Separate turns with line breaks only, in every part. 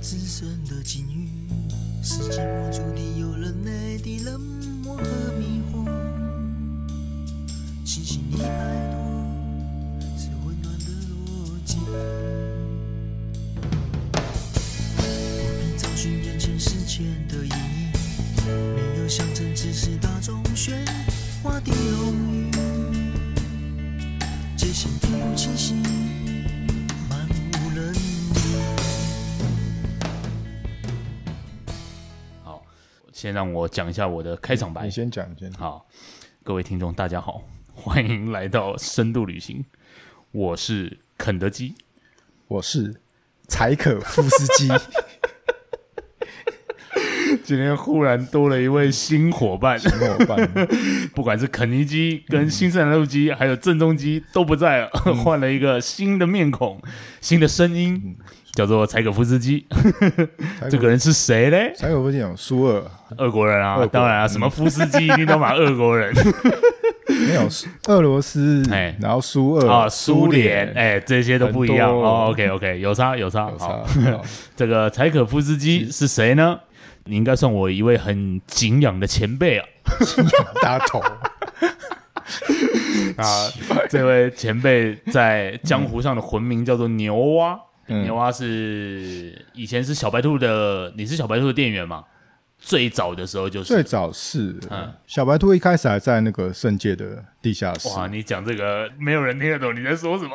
自身的境遇，是寂寞注定有忍耐的冷漠和迷惑。星星的脉络是温暖的逻辑，不必找寻眼前事件的意义，没有象征，只是大众喧哗的荣誉，界限并不清晰，漫无人理。
好，先让我讲一下我的开场白
你。先讲，你先讲。
好，各位听众大家好，欢迎来到深度旅行，我是肯德基。
我是柴可夫斯 基，
今天忽然多了一位新伙伴，
什么伙伴？
不管是肯尼基、跟新生南路基，还有郑中基都不在了，换了一个新的面孔、新的声音，叫做嗯柴可夫斯基。
柴可
这个人是谁嘞？
柴可夫斯基有苏俄，
俄国人啊，
俄国人
当然啊，什么夫斯 基一定都骂俄国人
没有苏俄罗斯
哎，
然后苏俄
啊，苏联，
联
哎，这些都不一样
很多
哦。OK OK，有差有差，
有
好。
差好
这个柴可夫斯基是谁呢？你应该算我一位很敬仰的前辈 啊！
大头，
啊，这位前辈在江湖上的魂名叫做牛蛙。
嗯
牛蛙是以前是小白兔的，你是小白兔的店员嘛？最早的时候就是
最早是
嗯
小白兔一开始还在那个圣界的地下室，
哇！你讲这个没有人听得懂你在说什么。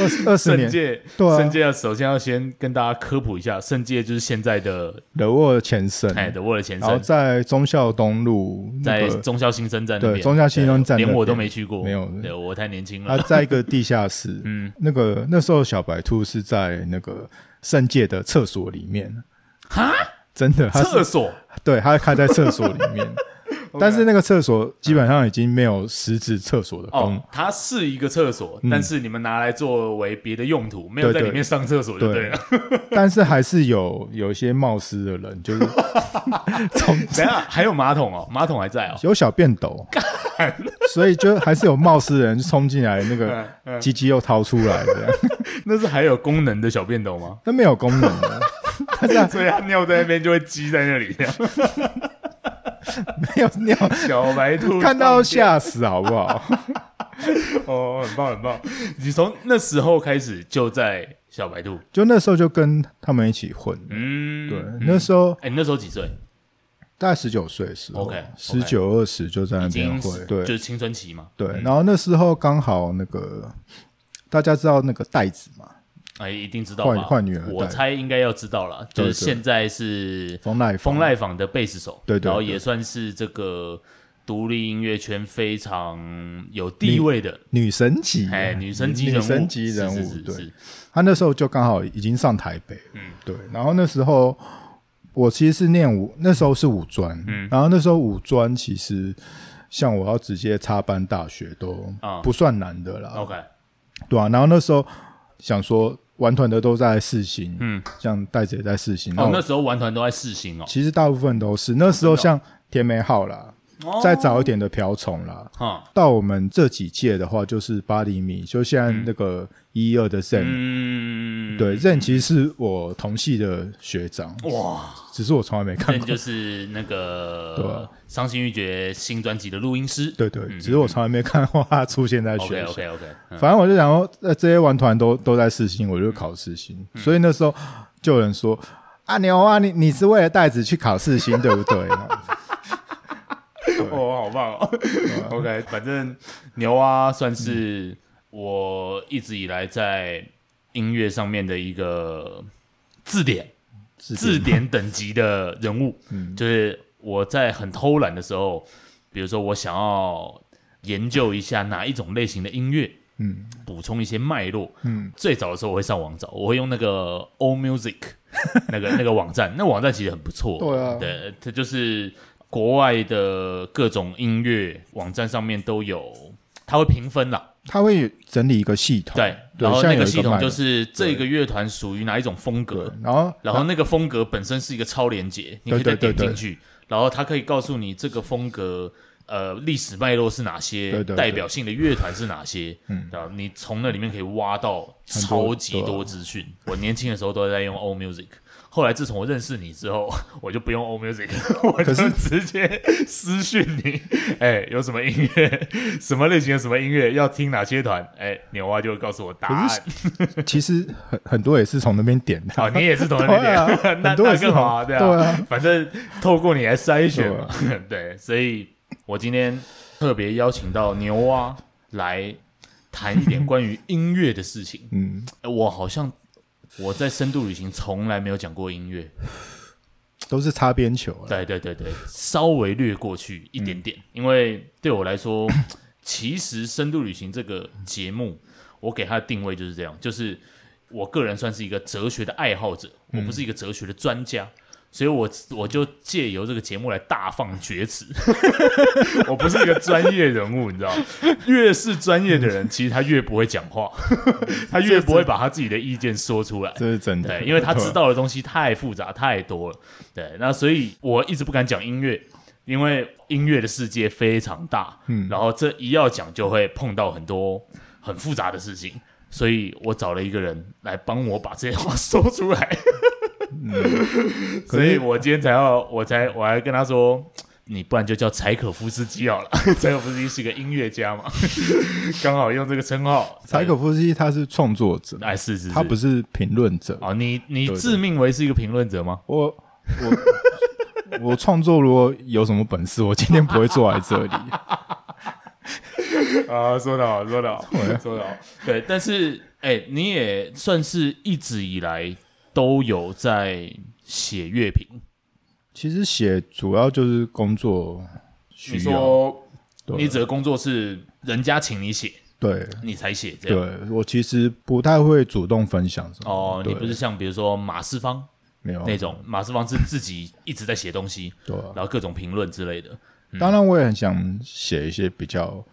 二十二十
圣
年
界，
对啊
圣界要首先要先跟大家科普一下，圣界就是现在的
德沃前身，
哎德沃的前
嗯然后
身，
在忠孝东路那
在
个，
中校新生站那
对
边，
忠孝新生站那
连我都
边
没去过，
没有
对我太年 轻了
他。啊在一个地下室，
嗯，
那个那时候小白兔是在那个圣界的厕所里面，
哈，
真的，他
厕
是
所
对他开在厕所里 面，但是那个厕所基本上已经没有实质厕所的功能
哦，，它是一个厕所，但是你们拿来作为别的用途，没有
嗯对
在里
对
面上厕所就
对
对了。
但是还是有有一些冒失的 人，就是从
等一下还有马桶哦，马桶还在哦。
有小便斗，所以就还是有冒失的人冲进来，那
嗯
个鸡鸡又掏出来这样，
那是还有功能的小便斗 吗？
那没有功能的，啊
所以它尿在那边就会积在那里，这样
没有尿，
小白兔
看到
下。
吓死好不好？
哦，很棒很棒！你从那时候开始就在小白兔，
就那时候就跟他们一起混，
嗯，
对，
嗯
那时候
哎、你那时候几岁？
大概十九岁的时候
OK，OK
十九二十就在那
已
边
经
会
是，
嗯对
就是嗯青春期嘛。
对。然后那时候刚好那个大家知道那个袋子嘛，
哎、一定知道
换
吧？
换女儿带
我猜应该要知道了。就
对
是
对
现在是
风赖
风赖坊的贝斯手，
对对对
然后也算是这个独立音乐圈非常有地位的，
女神级，
哎，女生级人
女
物，
神级人
是
物，
是是
对。
是
他那时候就刚好已经上台北，嗯，对。然后那时候我其实是念五，那时候是五专，嗯，然后那时候五专其实像我要直接插班大学都
啊
不算难的啦，
OK，
对啊。然后那时候想说玩团的都在四星，
嗯，
像戴子也在四星，
哦，
我
那时候玩团都在试行哦，
其实大部分都是那时候像田梅号啦，
哦
再早一点的瓢虫啦。
哈，
到我们这几届的话，就是八厘米，就现在那个一二的 Zen，、
嗯，
对，Zen 其实是我同系的学长，
哇，
只是我从来没看
那
过。
就是那
对
个
啊
《伤心欲绝》新专辑的录音师。
对对，只是我从来没看过他出现在学
，OK
校。
OK OK，
反正我就想说，呃，这些玩团都都在试新，我就考试新，
嗯
所以那时候就有人说：“啊牛啊，你你是为了袋子去考试新，对不 对？”
哦，好棒哦！OK，反正牛啊，算是我一直以来在音乐上面的一个字典字典等级的人物，
嗯
就是我在很偷懒的时候，比如说我想要研究一下哪一种类型的音乐，
嗯
补充一些脉络，
嗯，
最早的时候我会上网找，我会用那个 All Music 那个那个网站，那网站其实很不错，
对啊
对，它就是国外的各种音乐网站上面都有，它会评分啦，
他会整理一个系统，
对，
对，
然后
像
那
有一
系统
脉
就
络
是这个乐团属于哪一种风
对
格，，
然后
然后那个风格本身是一个超连接，你可以再
对对
点
对
进去，然后它可以告诉你这个风格。呃，历史脉络是哪些？
对对对
代表性的乐团是哪些？嗯，然后你从那里面可以挖到超级
很多
多资讯。我年轻的时候都在用 All Music，后来自从我认识你之后， 我就不用 O Music，我就
可是
直接私讯你，哎、有什么音乐，什么类型的什么音乐，要听哪些团，哎、牛啊就会告诉我答案
可。其实很很多也是从那边点 的，
哦好，你也是同人点，
对啊
那
很多
那
也是
更好啊，
同
对啊，
对啊
反正透过你来筛选嘛， 对，所以我今天特别邀请到牛啊来谈一点关于音乐的事情。
嗯，
哎我好像我在深度旅行从来没有讲过音乐，
都是擦边球啊了。
对对对对，稍微略过去一点点，因为对我来说， 其实深度旅行这个节目，我给它的定位就是这样，就是我个人算是一个哲学的爱好者，我不是一个哲学的专家。所以我我就借由这个节目来大放厥词， 我不是一个专业人物，你知道吗， 越是专业的人，其实他越不会讲 话，他越不会把他自己的意见说出来，
这是真的，
对，因为他
对啊
知道的东西太复杂太多了。对，那所以我一直不敢讲音乐，因为音乐的世界非常大，嗯，然后这一要讲就会碰到很多很复杂的事情，所以我找了一个人来帮我把这些话说出来。
嗯
所以我今天才要，我才我还跟他说。你不然就叫柴可夫斯基好了， 柴可夫斯基是个音乐家嘛， 刚好用这个称号。
柴可夫斯基他是创作者，
哎，是是，
他不
是
是评论者。
哦，你你
对对
自命为是一个评论者吗？
我我我 创作如果有什么本事，我今天不会坐 在这里。
啊，说得好，说得好，说得好。 对，但是哎、你也算是一直以来都有在写乐评。
其实写主要就是工作需
你
要，
说
对
你指的工作是人家请你写，
对
你才写这样。
对，我其实不太会主动分享什么。
哦，你
对
不是像比如说马世芳
没有
那种，马世芳是自己一直在写东西，
对啊、
然后各种评论之类的。
当然我也很想写一些比较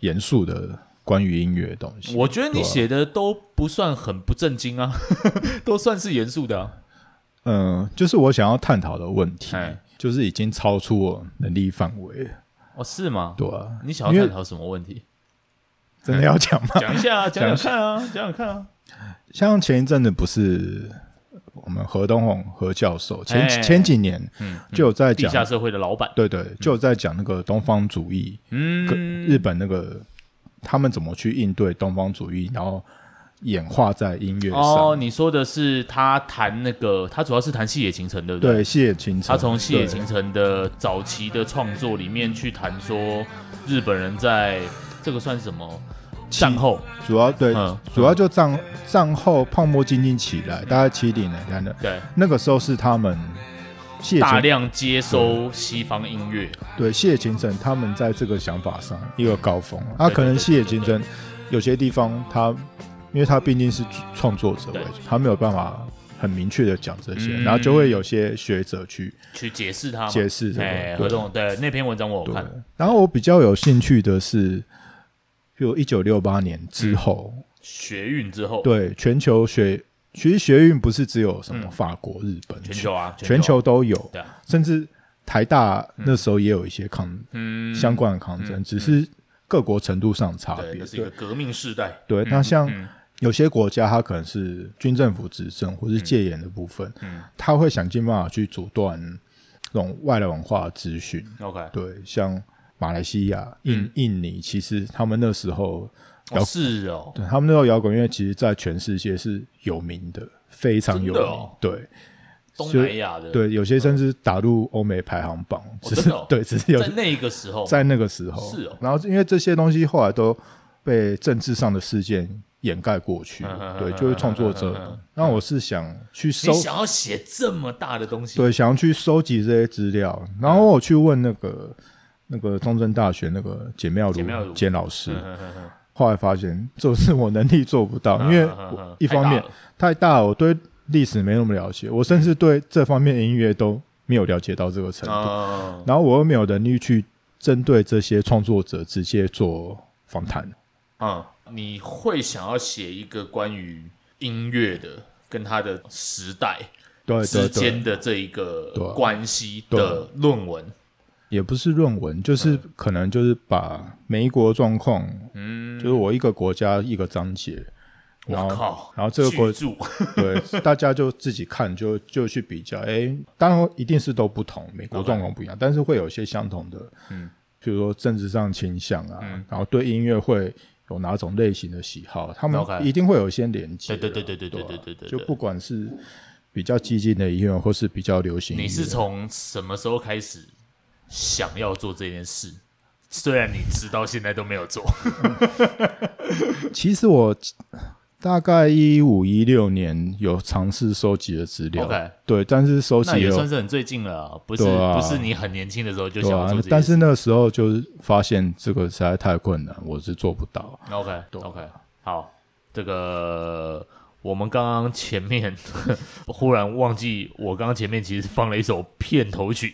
严肃的关于音乐的东西。
我觉得你写的都不算很不正经啊， 都算是严肃的、啊。
嗯、就是我想要探讨的问题
哎，
就是已经超出我能力范围了，
哦，是吗？
对啊，
你想
因
要
为
探讨什么问题？
真的要讲吗？
讲一下啊，讲讲看啊，讲讲看啊。
像前一阵子不是我们何东红何教授前、
哎
前几年
嗯，
就有在
地
讲，
下社会的老板，
对对，就有在讲那个东方主义，
嗯，
日本那个他们怎么去应对东方主义，然后演化在音乐上。
哦，你说的是他谈那个，他主要是谈细野晴臣，对不对？
对，谢野晴
他从细野晴臣的早期的创作里面去谈说，日本人在这个算什么战后
对主要对、
嗯
主要就战战后泡沫经济起来，大概七零年代的
对
那个时候是他们谢野
大
晴
量接收西方音乐，
对谢野晴臣他们在这个想法上一个高峰啊，
对
可能
对
谢野晴臣有些地方他，因为他毕竟是创作者为
对
主，他没有办法很明确的讲这些，
嗯
然后就会有些学者去
去解释它嘛，
解释这个。
哎，
对
何总对那篇文章我有
对
看，，
然后我比较有兴趣的是，比如一九六八年之后，
嗯学运之后，
对全球学，其实学运不是只有什么
嗯
法国、日本，
全球啊，
全球都有，
对啊，
甚至台大那时候也有一些抗、
嗯，
相关的抗争，
嗯
只是各国程度上差
对，
别
那。是一个革命世代，
对，
嗯
那像
嗯
有些国家，它可能是军政府执政或是戒严的部分，
嗯
它会想尽办法去阻断这种外来文化的资讯。
嗯，OK，
对，像马来西亚、印、
嗯
印尼，其实他们那时候
哦是哦，
对，他们那种摇滚乐，其实在全世界是有名的，非常有
真
名。
的哦
对
东南亚的，
对，有些甚至打入欧美排行榜，只
真
是、
的哦
对，只是有
在那个时候，
在那个时候
是哦
然后因为这些东西后来都被政治上的事件掩盖过去，
嗯嗯嗯
对，
嗯
就是创作
嗯嗯嗯
者。那我是想去收
你，想要写这么大的东西，
对，想要去收集这些资料，然后我去问那个。那个中正大学那个简妙
简妙如
如简老师，
嗯，嗯嗯嗯
后来发现这是我能力做不到，因为
嗯
我一方面
太大了
太大了，我对历史没那么了解，我甚至对这方面的音乐都没有了解到这个程度。
嗯
然后我又没有能力去针对这些创作者直接做访谈。
嗯，你会想要写一个关于音乐的跟它的时代
对
之
对
间
对，
的这一个
对
关系的论文，
也不是论文，就是可能就是把每一国状况，
嗯，
就是我一个国家一个章节，然
我
后
靠，
然后这个国
巨著
对大家就自己看，就就去比较，哎，当然一定是都不同，美国
当然
状况不一样，但是会有一些相同的，
嗯，
比如说政治上倾向啊，
嗯
然后对音乐会有哪种类型的喜好，他们
OK
一定会有一些连接啊。
对对对对对
啊
对对对对
就不管是比较激进的音乐，或是比较流行音乐，
你是从什么时候开始想要做这件事？虽然你直到现在都没有做，
其实我大概一五一六年有尝试收集的资料
OK
对，但是收
那
集
也
有
算是很最近了啊，不是、
E 对啊
不是你很年轻的时候就想
对
要
啊
做这件事。，
但是那时候就是发现这个实在太困难，我是做不到。
OK
对啊
OK，好，这个我们刚刚前面 忽然忘记，我刚刚前面其实放了一首片头曲，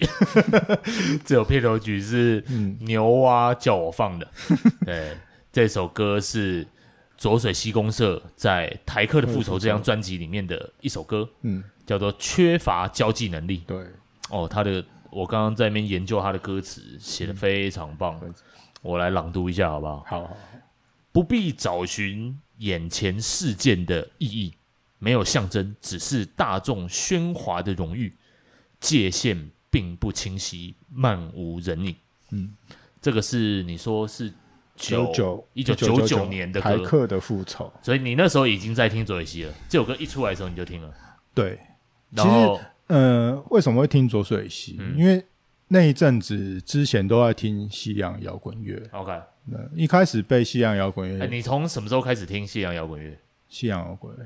这首片头曲是
嗯
牛蛙叫我放的，对，这首歌是左水西公社在《台客的复仇》这张专辑里面的一首歌，
嗯，
叫做《缺乏交际能力》。
对，
哦，他的我刚刚在那边研究他的歌词，写的非常棒，
嗯
我来朗读一下好不好？
好好，
不必找寻眼前事件的意义，没有象征，只是大众喧哗的荣誉，界限并不清晰，漫无人影。
嗯，
这个是你说是
九九
一九九
九
九年的
台
歌，
客的复仇，
所以你那时候已经在听左一西了。这首歌一出来的时候你就听了，
对，其
然
实
后
呃，为什么会听左水溪？
嗯
因为那一阵子之前都在听西洋摇滚乐，
OK，哎、
那一开始被西洋摇滚乐、
你从什么时候开始听西洋摇滚乐？
西洋摇滚乐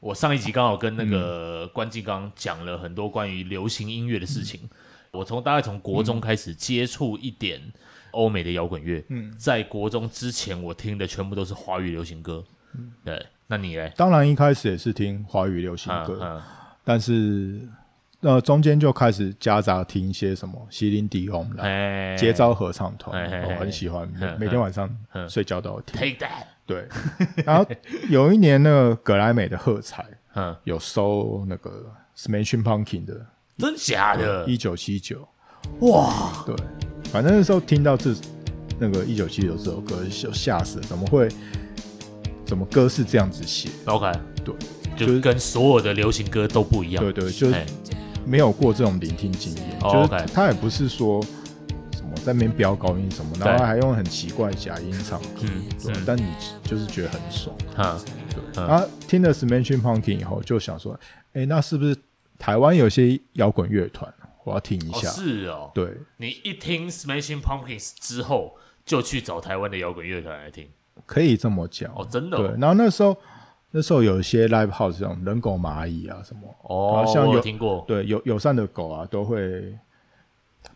我上一集刚好跟那
嗯
个关继刚讲了很多关于流行音乐的事情。我从大概从国中开始接触一点欧美的摇滚乐，嗯，在国中之前我听的全部都是华语流行歌，
嗯
对。那你嘞？
当然一开始也是听华语流行
嗯
歌，
嗯
但是呃中间就开始夹杂听一些什么席琳迪翁啦、
哎，
啊接招合唱团，
哎哎
我
哎
很喜欢
嗯，
每天晚上
嗯
睡觉都要听。
take that，
对， 然后有一年那个格莱美的喝彩
嗯，
有收那个 Smashing Pumpkin 的
真假的
一？九七九，
哇，
对，反正那时候听到这那个一九七九这首歌就吓死了，怎么会？怎么歌是这样子写？
OK，
对，就
就是跟所有的流行歌都不一样，
对对，就是
哎
没有过这种聆听经验，
哦
就是
OK
他也不是说什么在那边飙高音什么，然后
对
还用很奇怪的假音唱歌，
嗯
对，
嗯
但你就是觉得很爽。
嗯嗯
然后啊听了 Smashing Pumpkin 以后，就想说，哎，那是不是台湾有些摇滚乐团，我要听一
哦
下？
是哦，
对，
你一听 Smashing Pumpkins 之后，就去找台湾的摇滚乐团来听
可以这么讲。
哦，真的
对
哦，
然后那时候那时候有一些 live house 这种人狗蚂蚁啊什么，
哦
好，像
我有
有
听过，
对友友善的狗啊，都会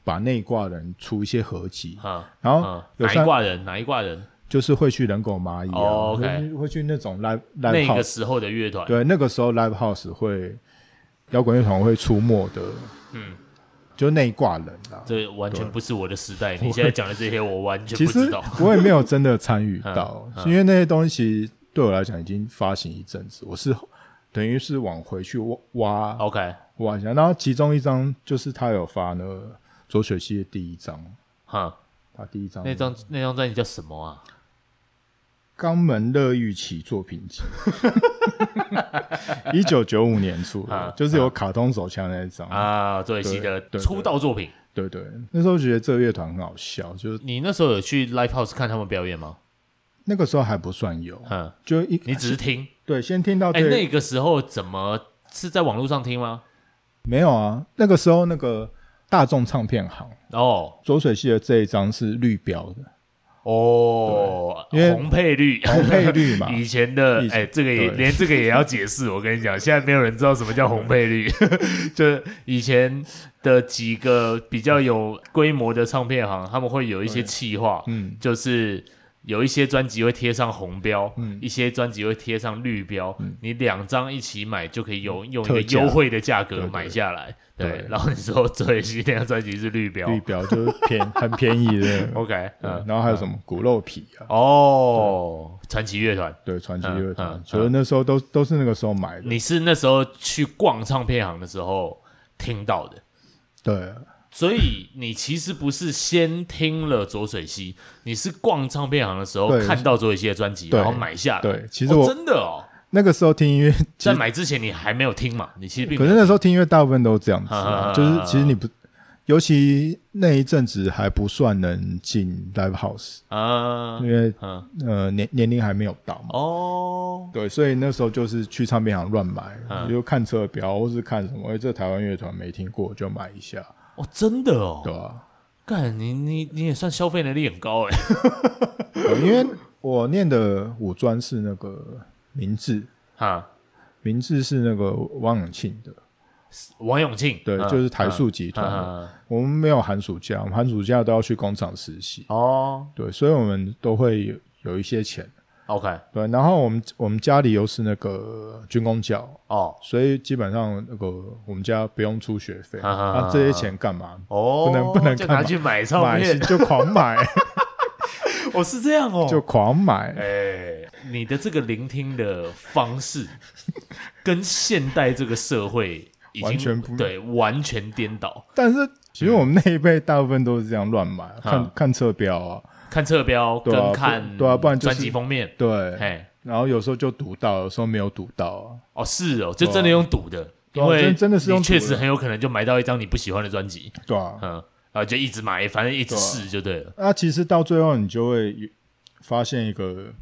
把内挂的人出一些合集，
啊，
然后
嗯，
友
哪一
善
挂人？哪一挂人？
就是会去人狗蚂蚁啊，
哦，OK
会去会去那种 live
那
live
个
house，
时候的乐团，
对，那个时候 live house 会摇滚乐团会出没的，
嗯，
就内挂人啊。
这完全
对
不是我的时代。你现在讲的这些，我完全
其
不知
实
道。
我也没有真的参与到
，嗯嗯
因为那些东西对我来讲已经发行一阵子，我是等于是往回去挖挖
OK，
挖一下，然后其中一张就是他有发那个左雪溪的第一张，
哈，
他第一张
那张那张专辑叫什么啊？
《肛门乐玉琪作品集》， 一九九五年出
啊
的，就是有卡通手枪那一张。
啊，作为西的
嗯对对
出道作品。
对对，那时候觉得这个乐团很好笑，就是
你那时候有去 Live House 看他们表演吗？
那个时候还不算有，
嗯，
就一
你只是听。
啊对先听到
哎，
这
那个时候怎么是在网络上听吗？
没有啊？那个时候那个大众唱片行
哦
左水系的这一张是绿标的，
哦，
对因为
红配绿，。
红配绿 嘛
以前的
以
哎、
前
这个也
对
连这个也要解释。 我跟你讲，现在没有人知道什么叫红配 绿，就是以前的几个比较有规模的唱片行，他们会有一些企划，
嗯，
就是有一些专辑会贴上红标，
嗯
一些专辑会贴上绿标。你两张一起买就可以有用一个
嗯特价
优惠的价
对
格
对
买下来。对，
对
然后你说 周雨欣那张专辑是绿标
绿标就是便很便宜 的。
，OK，
对
嗯，
然后还有什么骨肉皮啊？
哦，传奇乐团。
对，传奇
嗯
乐团
嗯，
所以那时候都都是那个时候买的。
你是那时候去逛唱片行的时候听到的，
对，
所以你其实不是先听了左水溪，你是逛唱片行的时候
对
看到左水溪的专辑，
对
然后买下来。
对其实
哦
我
真的哦，
那个时候听音乐，其
在
实
买之前你还没有听嘛，你其实并
可
没
是
有
那时候听音乐大部分都这样子啊、
啊
就是其实你不，尤其那一阵子还不算能进 live house，
啊
因，为
嗯，
呃年年龄还没有到嘛。
哦，
对，所以那时候就是去唱片行乱买，
嗯
就看车标或是看什么，哎，这台湾乐团没听过就买一下，
哦，真的哦，
对吧、啊
干你你你也算消费能力很高哎，
呃因为我念的五专是那个明治，
哈，
明治是那个汪永庆的，
王永庆，
对，
嗯
就是台塑集团。
嗯嗯嗯
我们没有寒暑假，我们寒暑假都要去工厂实习，
哦
对，所以我们都会有有一些钱，
，OK，
对。然后我们我们家里又是那个军工教，
哦
所以基本上那个我们家不用出学费，那、
啊啊啊
这些钱干嘛？
哦，
不能不能
就
干
拿
嘛
去买唱
买
片，
就狂买，
哦，是这 样哦，
就狂买。
哎，你的这个聆听的方式，跟现代这个社会已经
完全不
对，完全颠倒。
但是其实我们那一辈大部分都是这样乱买，
嗯
看看车标啊，
看侧标
对啊
跟看
不对啊不然就是
专辑封面，
对，
哎，
然后有时候就读到，有时候没有读到啊。
哦是哦，就真的用赌的，
对
因
啊
为
真真的是
你
用赌的
确实很有可能就买到一张你不喜欢的专辑，
对啊，
嗯，然后就一直买，反正一直
对啊
试就对了。
那其实到最后你就会有发现一个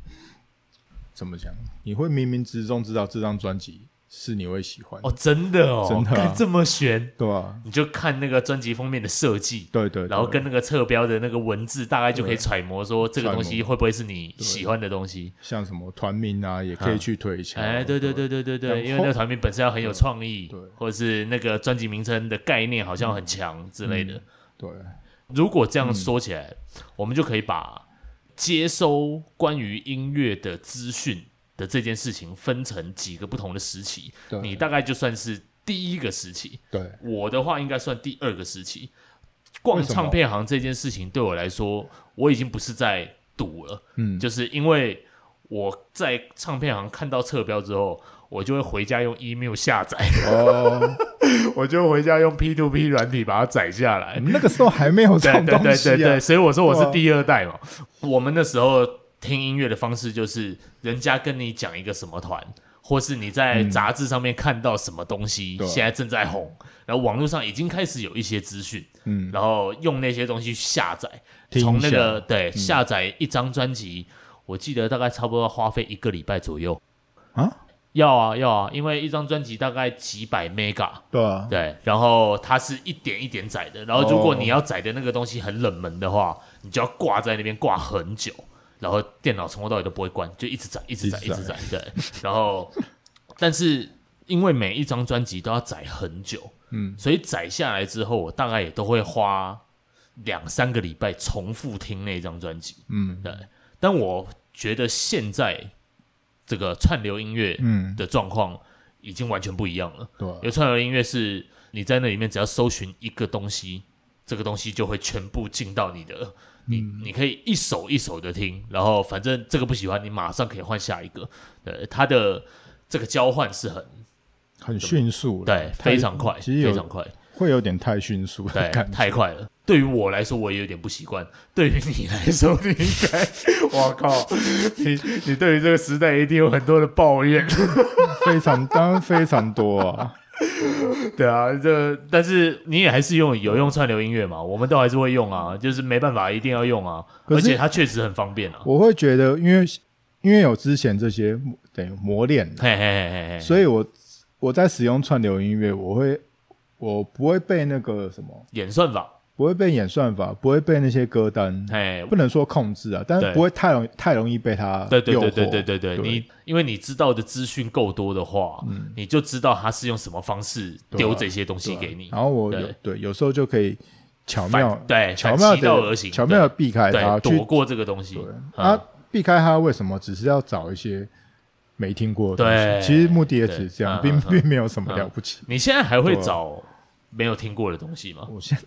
怎么讲，你会冥冥之中知道这张专辑是你会喜欢的
哦，，真的哦，
真的啊
看这么悬，
对吧？
你就看那个专辑封面的设计，
对对，对
然后跟那个侧标的那个文字，大概就可以揣摩说这个东
揣
西
摩
会不会是你喜欢的东西。
像什么团名啊，也可以去推敲。
哎，对对
对
对对对
然后
对，因为那个团名本身要很有创意
对对，
或者是那个专辑名称的概念好像很强之类
嗯
的。
对，
如果这样说起来，
嗯
我们就可以把接收关于音乐的资讯的这件事情分成几个不同的时期
对。
你大概就算是第一个时期，
对
我的话应该算第二个时期。逛
为什么
唱片行这件事情对我来说，我已经不是在赌了，
嗯，
就是因为我在唱片行看到侧标之后，我就会回家用 email 下载，
哦，
我就回家用 P to P 软体把它载下来
我。们那个时候还没有这
对
种
对
东
对
西啊，
对对，所以我说我
对
是
啊
第二代嘛。我们那时候听音乐的方式就是，人家跟你讲一个什么团，或是你在杂志上面看到什么东西、
嗯对啊
现在正在红，然后网络上已经开始有一些资讯，
嗯，
然后用那些东西下载，
听一
从那个
下嗯
对、下载一张专辑，我记得大概差不多要花费一个礼拜左右。
啊，
要啊要啊，因为一张专辑大概几百 mega，
对啊，
对，然后它是一点一点载的，然后如
哦
果你要载的那个东西很冷门的话，你就要挂在那边挂很久，然后电脑从头到尾都不会关，就一直载，一直载，
一
一
直
直载，对。然后，但是因为每一张专辑都要载很久，
嗯，
所以载下来之后，我大概也都会花两三个礼拜重复听那张专辑，
嗯
对。但我觉得现在这个串流音乐
嗯，
的状况已经完全不一样了。
对啊
有串流音乐是你在那里面只要搜寻一个东西，这个东西就会全部进到你的，你、你可以一首一首的听，然后反正这个不喜欢，你马上可以换下一个。对，它的这个交换是很
很迅速了，
对，
太
非常快，
其实
非常
有
快，
会有点太迅速的
对
感，觉，
太快了。对于我来说，我也有点不习惯。对于你来说，你应该， 我靠，你你对于这个时代一定有很多的抱怨。
非常当然非常多啊，
对啊，这但是你也还是用有用串流音乐嘛，我们都还是会用啊，就是没办法一定要用啊，
可
而
是
且它确实很方便啊。
我会觉得，因为因为有之前这些等于磨练，
嘿嘿嘿嘿嘿，
所以我我在使用串流音乐，我会我不会被那个什么，
演算法，
不会被演算法，不会被那些歌单，
嘿，
不能说控制啊，但是
对
不会太容太容易被它
对对
诱
对
惑。
对对对对，
对
你因为你知道的资讯够多的话，
嗯
你就知道它是用什么方式
对啊
丢这些东西
对啊
给你。
然后我
对
有对有时候就可以巧妙
反对
巧妙
反其道而
的
行
巧妙的避开它，
对，
去
躲过这个东西
对。
嗯
啊避开它为什么？只是要找一些没听过的东
对
西，其实目的也只是这样，
对嗯
并
嗯嗯
并没有什么了不起。
你现在还会
对啊
找没有听过的东西吗？
我现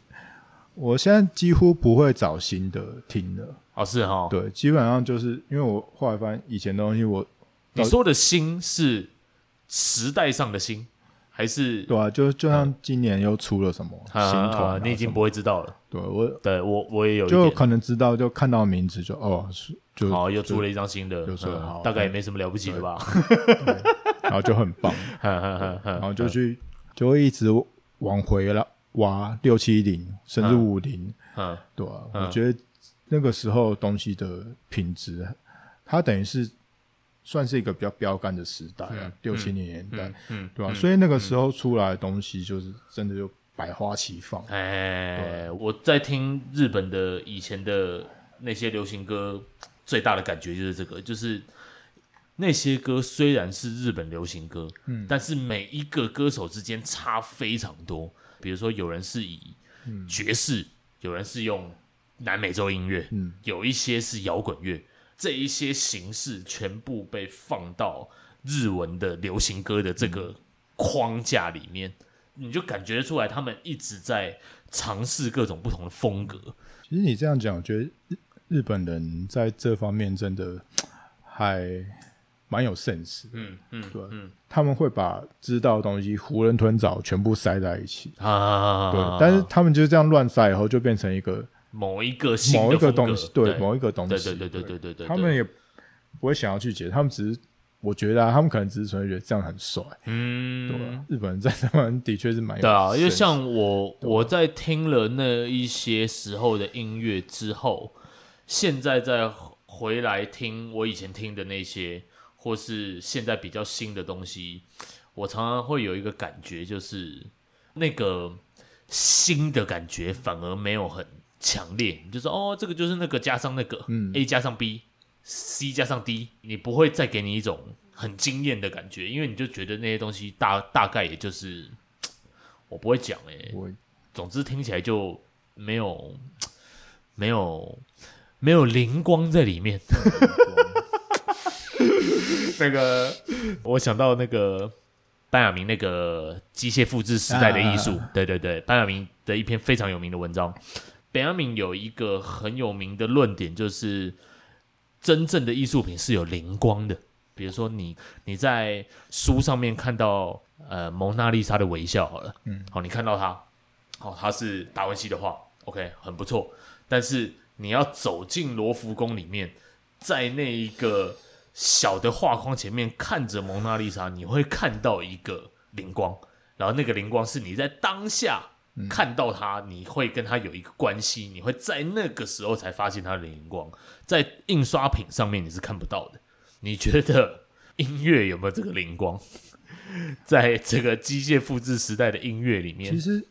我现在几乎不会找新的听了，
哦，是哈，
对，基本上就是因为我后来发现以前的东西我
你说的“新”是时代上的“新”，还还是
对啊，就就像今年又出了什么
啊
新团、啊，
你已经
什么
不会知道了。
对我
对我我也有一
就
点，
可能知道，就看到名字就哦，是就
嗯好又
就
出了一张新的，
就说好
嗯大概也没什么了不起的吧。
然后就很棒，
嗯
然
然
后就去就会一直往回了挖六七零甚至五零，
嗯
对啊，
嗯
我觉得那个时候东西的品质，它等于是算是一个比较标杆的时代啊
嗯，
六七零年代
嗯，嗯，
对吧、
嗯
所以那个时候出来的东西，就是真的就百花齐放。
哎，我在听日本的以前的那些流行歌，最大的感觉就是这个，就是那些歌虽然是日本流行歌，嗯，但是每一个歌手之间差非常多。比如说，有人是以爵士，有人是用南美洲音乐，
嗯，
有一些是摇滚乐，这一些形式全部被放到日文的流行歌的这个框架里面，你就感觉得出来，他们一直在尝试各种不同的风格。
其实你这样讲，我觉得日日本人在这方面真的还蛮有 sense 的。
嗯嗯，
对
嗯
他们会把知道的东西囫囵吞枣全部塞在一起。
啊，
对，但是他们就这样乱塞以后，就变成一个
某一个新的
某一
风格
个东西，
对
某一个东
对
西，
对对对对对对，
他们也不会想要去解，他们只是我觉得、啊、他们可能只是纯粹觉得这样很帅，
嗯，
对吧、啊日本人在台湾的确是蛮有
对啊，因为
sense
像我我在听了那一些时候的音乐之后，现在再回来听我以前听的那些，或是现在比较新的东西，我常常会有一个感觉，就是那个新的感觉反而没有很强烈，就是哦，这个就是那个加上那个，
嗯
，A 加上 B。C 加上 D，你不会再给你一种很惊艳的感觉，因为你就觉得那些东西大大概也就是，我不会讲哎、
我
总之听起来就没有没有没有灵光在里面。 那个，我想到那个班亚明那个机械复制时代的艺术，对对对，班亚明的一篇非常有名的文章。班亚明有一个很有名的论点，就是真正的艺术品是有灵光的。比如说你你在书上面看到呃蒙娜丽莎的微笑好了，嗯，好，你看到它，哦，它是达文西的画，OK，很不错。但是你要走进罗浮宫里面，在那一个小的画框前面看着蒙娜丽莎，你会看到一个灵光，然后那个灵光是你在当下
嗯
看到它，你会跟它有一个关系，你会在那个时候才发现它的灵光，在印刷品上面你是看不到的。你觉得音乐有没有这个灵光？ 在这个机械复制时代的音乐里面
其，实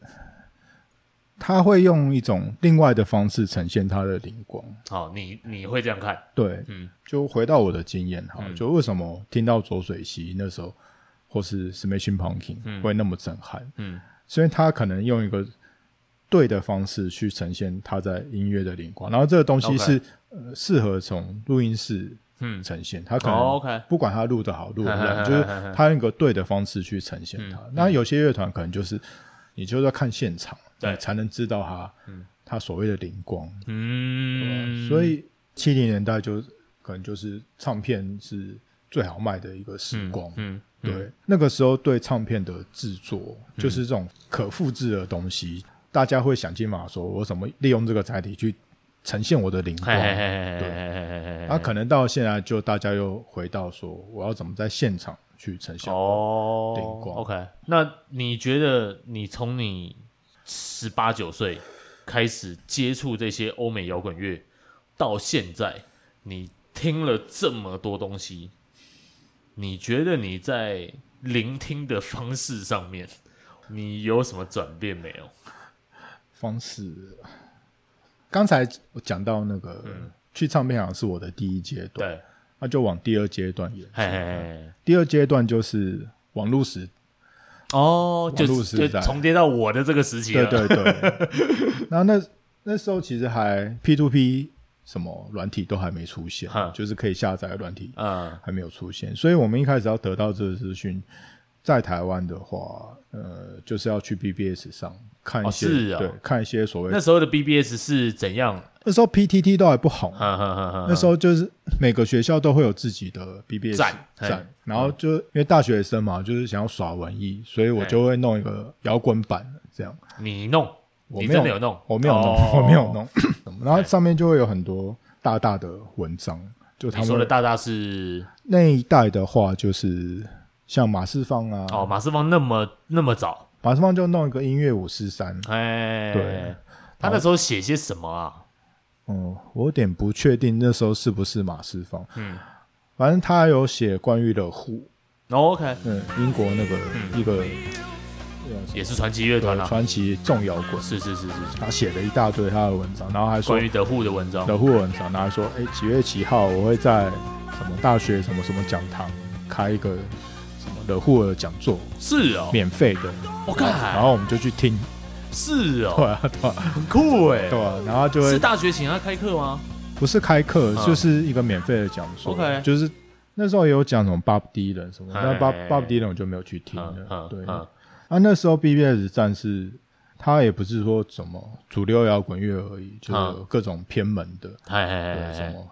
他会用一种另外的方式呈现他的灵光。
好，你你会这样看？
对，
嗯
就回到我的经验哈，
嗯
就为什么听到左水溪那时候或是 Smashing Pumpkin 会那么震撼，
嗯
所以他可能用一个对的方式去呈现他在音乐的灵光，然后这个东西
OK
是呃适合从录音室
嗯
呈现，他可
哦
能
，OK
不管他录的好录的烂，
嗯
就是他用一个对的方式去呈现它。那有些乐团可能就是你就是要看现场，
对
你才能知道他他所谓的灵光，
嗯，
啊所以七零年代就可能就是唱片是最好卖的一个时光。
嗯，嗯
对，那个时候对唱片的制作，就是这种可复制的东西，大家会想尽办法说，我怎么利用这个载体去呈现我的灵
嘿
光。
嘿嘿嘿
对
嘿嘿
那、啊可能到现在，就大家又回到说，我要怎么在现场去呈现？
哦
顶光
OK，那你觉得你从你十八九岁开始接触这些欧美摇滚乐，到现在你听了这么多东西，你觉得你在聆听的方式上面，你有什么转变没有？
方式。刚才我讲到那个、去唱片行是我的第一阶段，
嗯对，
那就往第二阶段演。
嘿嘿嘿嘿。
第二阶段就是网络时
哦，就
网络时
就
代
重叠到我的这个时期
对
了。
对对。 然后那那时候其实还 P to P 什么软体都还没出现
哈，
就是可以下载的软体
嗯，
还没有出现，所以我们一开始要得到这个资讯，在台湾的话，呃，就是要去 BBS 上看一些，
哦是啊
对，看一些所谓
那时候的 BBS 是怎样？
那时候 PTT 都还不红，
呵呵呵呵，
那时候就是每个学校都会有自己的 BBS
站嘿
站，然后就因为大学生嘛，就是想要耍文艺，所以我就会弄一个摇滚版这样。
你弄，
我
你
没
真
有
的有弄，
我没有弄，
哦
我 没有。弄。然后上面就会有很多大大的文章，就他
你说的
们
大大是
那一代的话，就是像马世芳啊，
哦，马世芳那么那么早，
马世芳就弄一个音乐五四三，
哎，
对，
他那时候写些什么啊？
嗯，我有点不确定那时候是不是马世芳，
嗯
反正他有写关于的户，
哦，OK，
嗯，英国那个一个
也是传奇嗯乐团啊
呃
啦，
传奇重摇滚，
是是是是是，
他写了一大堆他的文章，然后还说
关于德护的文章，
的户文章，然后还说哎几月几号我会在什么大学什么什么讲堂开一个什么的户的讲座，
是哦，
免费的，
我看
然后我们就去听，
是哦
对，啊对啊
很酷哎，
对啊，然后就会
是大学请他开课吗？
不是开课，
嗯
就是一个免费的讲座
OK
就是那时候也有讲什么 Bob Dylan 什么，
哎
但 Bob Bob Dylan 我就没有去听
嗯
了
嗯。
对，
嗯
啊，那时候 BBS 站是它也不是说怎么主流摇滚乐而已，就是有各种偏门的，
哎哎
对什
哎
么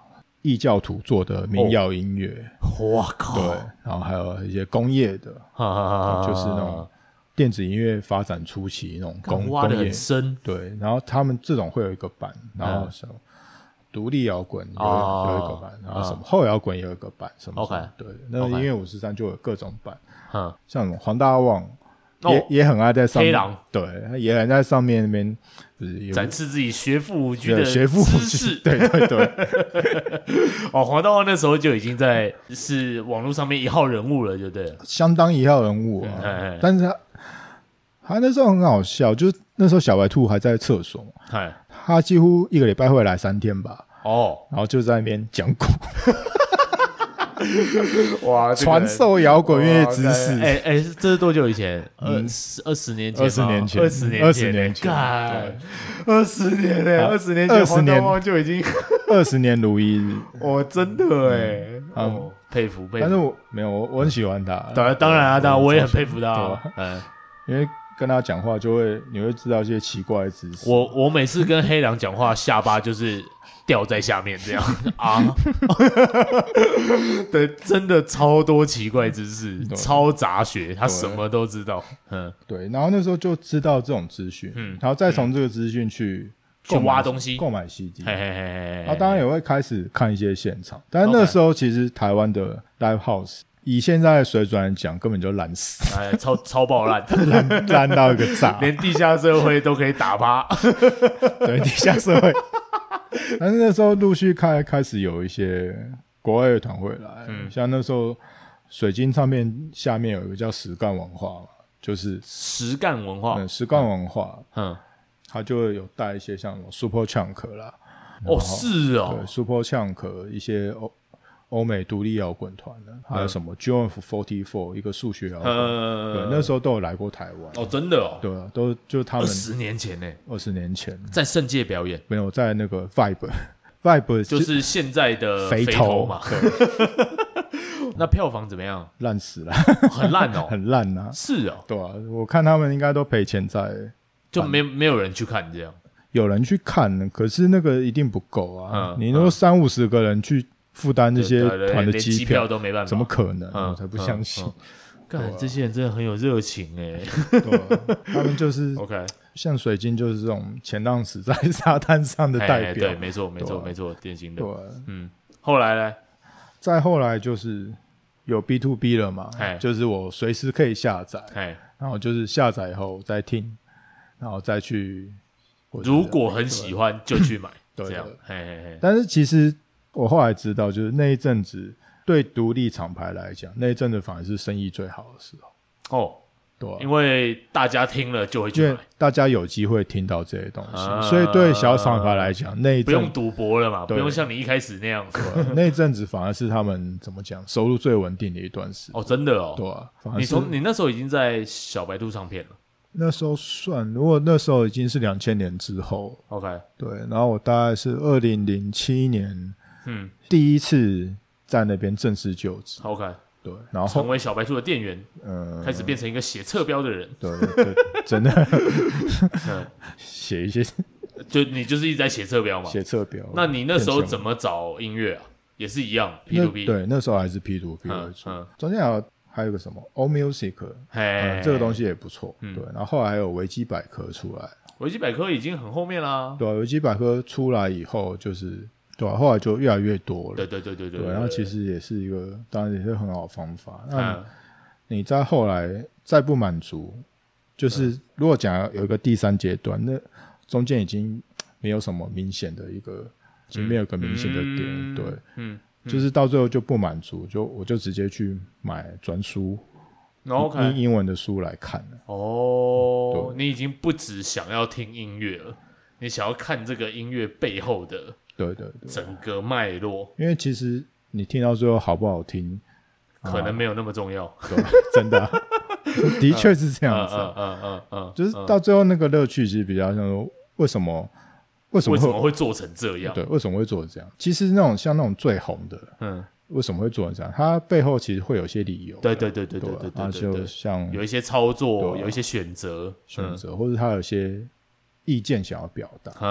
异教徒做的民谣音乐，
哎，我靠，
对，然后还有一些工业的，
哈哈哈，
就是那种电子音乐发展初期那种工
干挖
工
的
业
很深，
对，然后他们这种会有一个版，然后什么独立摇滚有
嗯哦
有一个版，然后什么
嗯
后摇滚也有一个版，什么
OK
什么对，那
OK
音乐五十三就有各种版，
嗯，
像什么黄大旺
哦
也也很爱在上
黑
面
狼，
对，他也很在上面那边就是有
展示自己学富五车
对
的
学富
知
五
识
车，对对对
哦，黄道旺那时候就已经在是网络上面一号人物了，就对了。
相当一号人物
嗯哎哎
啊，但是他他那时候很好笑，就是那时候小白兔还在厕所嘛，
嗨，
他几乎一个礼拜会来三天吧，
哦，
然后就在那边讲古。
哇，
传授摇滚乐知识。
哎哎，这是多久以前？二十二十年前吗，
20年前
二十年，
20年前
干，二十年嘞，
啊
二十年前，
20
黄
年
道旺就已经，
二十年如一日，
哦，真的哎，
嗯
哦，佩服佩
但是
服。
我没有，我我很喜欢他。
当然当然啊，当然我也很佩服他
对
啊
啊。
嗯，
因为跟他讲话就会，你会知道一些奇怪的知识。
我我每次跟黑狼讲话，下巴就是掉在下面 这样啊。对，真的超多奇怪知识，
对
超杂学，他什么都知道。嗯，
对，然后那时候就知道这种资讯，
嗯
然后再从这个资讯去
去
购买
挖东西
购买 CD。
嘿嘿嘿嘿
然后
嘿。
啊当然也会开始看一些现场，但是那时候其实台湾的 live house 以现在的水准来讲，根本就烂死，
哎，超超爆烂，
烂烂到一个炸，
连地下社会都可以打趴。
对地下社会。 但是那时候陆续开开始有一些国外乐团会来，
嗯
像那时候水晶唱片下面有一个叫实干文化嘛，就是
实干文化
嗯，实干文化，
嗯，
它就会有带一些像什么 Super Chunk 啦，
哦，是
对
哦，
Super Chunk 一些欧欧美独立摇滚团
嗯
的，还有什么 j o n Forty Four 一个数学摇滚，对
呃，，
那时候都有来过台湾，
哦，真的哦，
对啊，都就他
二
们
十年前呢，
二十年前
在圣界表演，
没有在那个 Vibe。Vibe
就是现在的
肥
头
头
嘛。
对
那票房怎么样？
烂死了，
很烂哦，
很烂呐、
是哦，
对啊，我看他们应该都赔钱在，
就没没有人去看这样。
有人去看，可是那个一定不够啊！
嗯
你说三五十个人去负担这些
对对对
团的
连
机
机
票，
都没办法，
怎么可啊能？
嗯
我才不相信。
嗯干？这些人真的很有热情 哎。
对啊，他们就是
OK，
像水晶，就是这种前浪死在沙滩上的代
哎，
表
对，。没错，没错，
对啊
没错，典型的
对。啊，
嗯，后来呢？
再后来就是有 B to B 了嘛
哎，
就是我随时可以下载，
哎，
然后就是下载以后再听，然后再去。我觉得
如果很喜欢就去买，
对
这样
对。
嘿嘿嘿。
但是其实我后来知道，就是那一阵子对独立厂牌来讲，那一阵子反而是生意最好的时候，
哦，
对、啊，
因为大家听了就会
因
去
为
买，
大家有机会听到这些东西，
啊
所以对小厂牌来讲，那一
不用
阵
赌博了嘛，不
对
用像你一开始那样。
那一阵子反而是他们怎么讲收入最稳定的一段时间，
哦，真的哦。
对、啊，反而
你
是
从你那时候已经在小白兔唱片了
那时候算，如果那时候已经是两千年之后，
，OK，
对，然后我大概是二零零七年
嗯
第一次在那边正式就职，
，OK，
对，然后
成为小白兔的店员，
嗯，
开始变成一个写侧标的人，
对对，真的
嗯
写一些
就你就是一直在写测标嘛。
写测标。
那你那时候怎
么
么找音乐啊？也是一样，P to P。
对，那时候还是 P to P 为
嗯
主。
嗯，
中间还有还有个什么 O Music，
嘿
嗯，这个东西也不错。
嗯
对，然后后来还有维基百科出来，
维基百科已经很后面啦。
对啊，维基百科出来以后就是对啊，后来就越来越多
对
了。
对对对对
对，然后其实也是一个，当然也是很好的方法。那
嗯
你再后来再不满足，就是如果讲有一个第三阶段，那中间已经没有什么明显的一个，已经没有一个明显的点，
嗯
对，
嗯
就是到最后就不满足，就我就直接去买专书，英
，OK，
英文的书来看了。
哦，你已经不只想要听音乐了，你想要看这个音乐背后的
对对对，
整个脉络，
因为其实你听到最后好不好听，
可能没有那么重要。
对，真的啊、的确是这样
嗯
子
嗯
啊、
嗯嗯嗯，
就是
嗯
到最后那个乐趣其实比较像说，为什么为什么
为什
会
么会做成这样？
对为什么会做这样？其实那种像那种最红的，
嗯，
为什么会做成这样？它背后其实会有一些理由。啊
对对对对
对
对
吧
对
啊
对对
就
对，
像
有一嗯些操作，
对啊
有一些选择，
选择，或者他有些意见想要表达，
嗯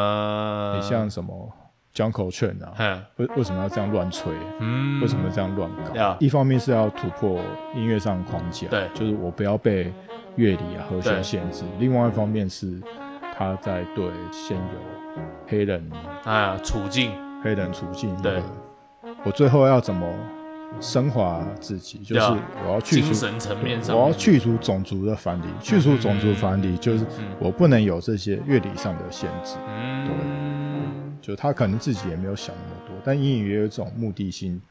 啊，
你像什么江口劝啊，
嗯
为为什么要这样乱吹？
嗯，
为什么这样乱
呀
搞？一方面是要突破音乐上的框架，
对
就是我不要被乐理啊和
对
弦限制；另外一方面是他在对现有黑人
啊处境？
黑人处境一个，
对
我最后要怎么升华自己？就是
呀
我要去除
精神层面上
我要
面
去除种族的藩篱，去除种族藩篱，就是我不能有这些乐理上的限制。
嗯
就他可能自己也没有想那么多，但隐隐约约这种目的性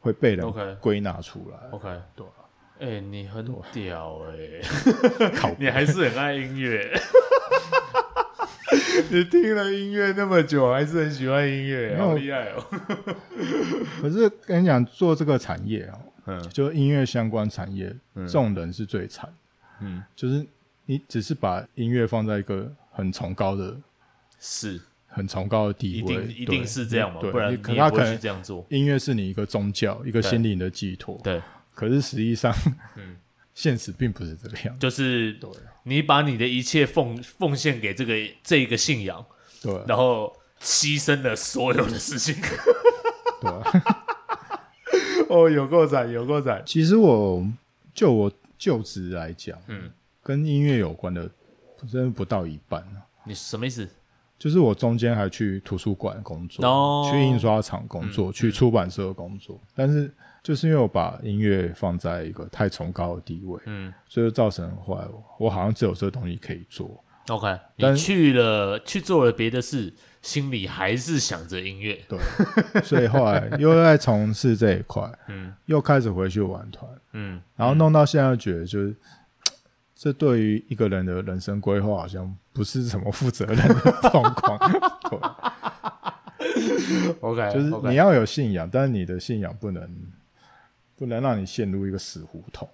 会被
OK 哦
人归纳出来。
，OK，
对啊啊
哎、你很屌哎、
靠
你还是很爱音乐，
你听了音乐那么久，还是很喜欢音
对
乐
好厉害哦。
可是跟你讲，做这个产业啊，
嗯
就音乐相关产业，
嗯
这种人是最惨。
嗯，
就是你只是把音乐放在一个很崇高的、
是，
很崇高的
一
地位，
定一定
对
是这样嘛，
对
不然
你
你
可
也
他
不
可
会去
能
这样做。
音乐是你一个宗教、一个心灵的寄托，
对，
可是实际上，
嗯
现实并不是这个样子。
就是
对啊
你把你的一切奉奉献给这个这个信仰，
对啊
然后牺牲了所有的事情。
对啊，
哦，有够惨，有够惨。
其实我就我就职来讲，
嗯，
跟音乐有关的，真的不到一半啊
你什么意思？
就是我中间还去图书馆工作
哦嗯
去印刷厂工作、去出版社工作，但是就是因为我把音乐放在一个太崇高的地位，
嗯
所以就造成后来我我好像只有这东西可以做。
，OK，
但
你去了去做了别的事，心里还是想着音乐。
对，所以后来又在从事这一块，
嗯
又开始回去玩团，
嗯，
然后弄到现在，觉得就是、这对于一个人的人生规划，好像不是什么负责任的状 况。对
OK，
就是你
要
要有信仰，但是你的信仰不能不能让你陷入一个死胡同。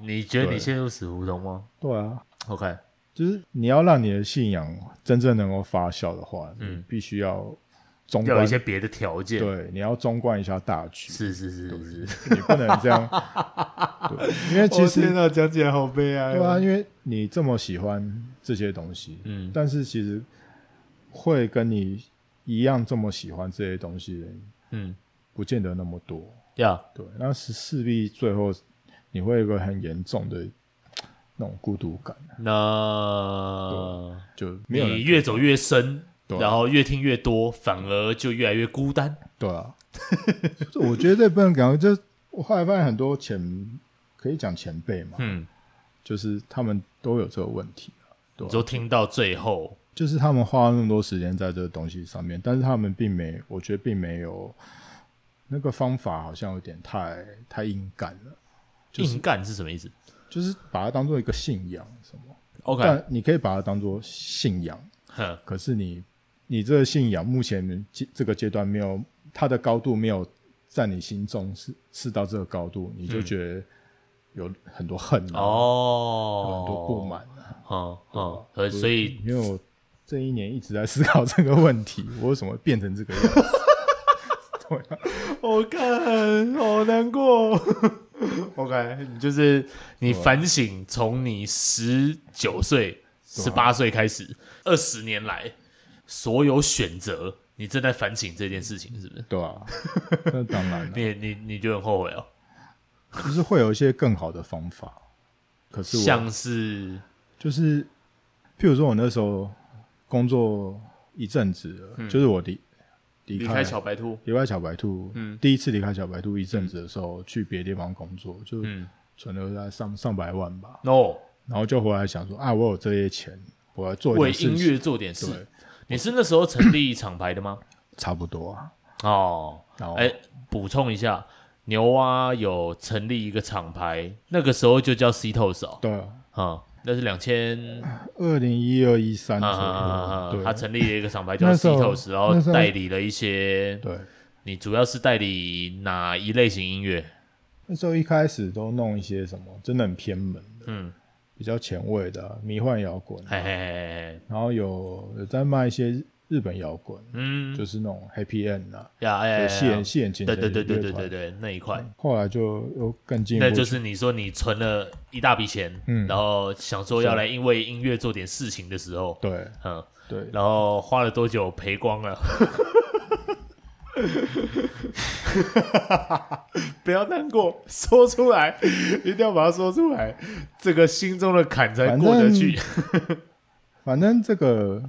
你觉得你
对
陷入死胡同吗
对啊，
？OK，
就是你要让你的信仰真正能够发酵的话，
嗯
你必须要中
要有
观
一些别的条件。，
对，你要中观一下大局，
是是是是是。
你不能这 样。对，因为 其实
那哦讲起来好悲哀
对啊，因为你这么喜欢这些东西，
嗯
但是其实会跟你一样这么喜欢这些东西的人，
嗯，
不见得那么多。
呀，
对，那是势必最后你会有一个很严重的那种孤独感，
那
就没有人
你越走越深，
对啊
然后越听越多，反而就越来越孤单。
对啊。 就我觉得这不能讲，就我后来发现很多前可以讲前辈嘛，
嗯，
就是他们都有这个问题啊、对
你
啊
就听到最后，
就是他们花了那么多时间在这个东西上面，但是他们并没，我觉得并没有那个方法，好像有点太太硬干了，就是
硬干是什么意思
就是把它当做一个信仰什么，
？OK，
但你可以把它当做信仰，
哼
可是你你这个信仰目前这这个阶段没有它的高度没有在你心中是是到这个高度，你就觉得有很多恨啊，有
哦，
很多不满啊。
嗯嗯，呃所以
因为我这一年一直在思考这个问题，我为什么会变成这个样子？
我看哦好难过。OK，你就是你反省，
啊
从你十九岁、十八岁开始，二十年来，所有选择，你正在反省这件事情，是不是？
对 啊，那当然了，
你你你就很后悔哦，
就是会有一些更好的方法。可是我
像是
就是，譬如说我那时候工作一阵子了，就是我离离
嗯离
开
开小白兔，
离开小白兔，
嗯
第一次离开小白兔一阵子的时候，去别的地方工作，就
嗯
存了在上上百万吧，
，no，
然后就回来想说啊，我有这些钱，我要做
为
一些
音
事情，
乐做点事
对。
你是那时候成立厂牌的吗？
差不多啊。
哦，
然后
哎，补充一下，牛蛙有成立一个厂牌，那个时候就叫 C Toes 哦，
对啊，
啊，那是两千
二零一二一三左
啊，
右，
他
对
成立了一个厂牌叫
那时
C
候
Toes，然后
那时候
代理了一些，
对。
你主要是代理哪一类型音乐？
啊那时候一开始都弄一些什么，真的很偏门的，
嗯，哎
比较前卫的啊、迷幻摇滚啊，
嘿嘿嘿嘿，
然后有有在卖一些日日本摇滚，
嗯，
就是那种 Happy End 啊，
呀哎，
有
呀
戏
呀
演戏演情
对
的
对对对对
乐团
对对，那一块，
后来就又更进一步
那
去，
就是你说你存了一大笔钱，
嗯
然后想说要来因为音乐做点事情的时候，
对
嗯，
对，
然后花了多久赔光了？ 不要难过，说出来，一定要把它说出来，这个心中的坎才
反
过得
正
去。
反正这个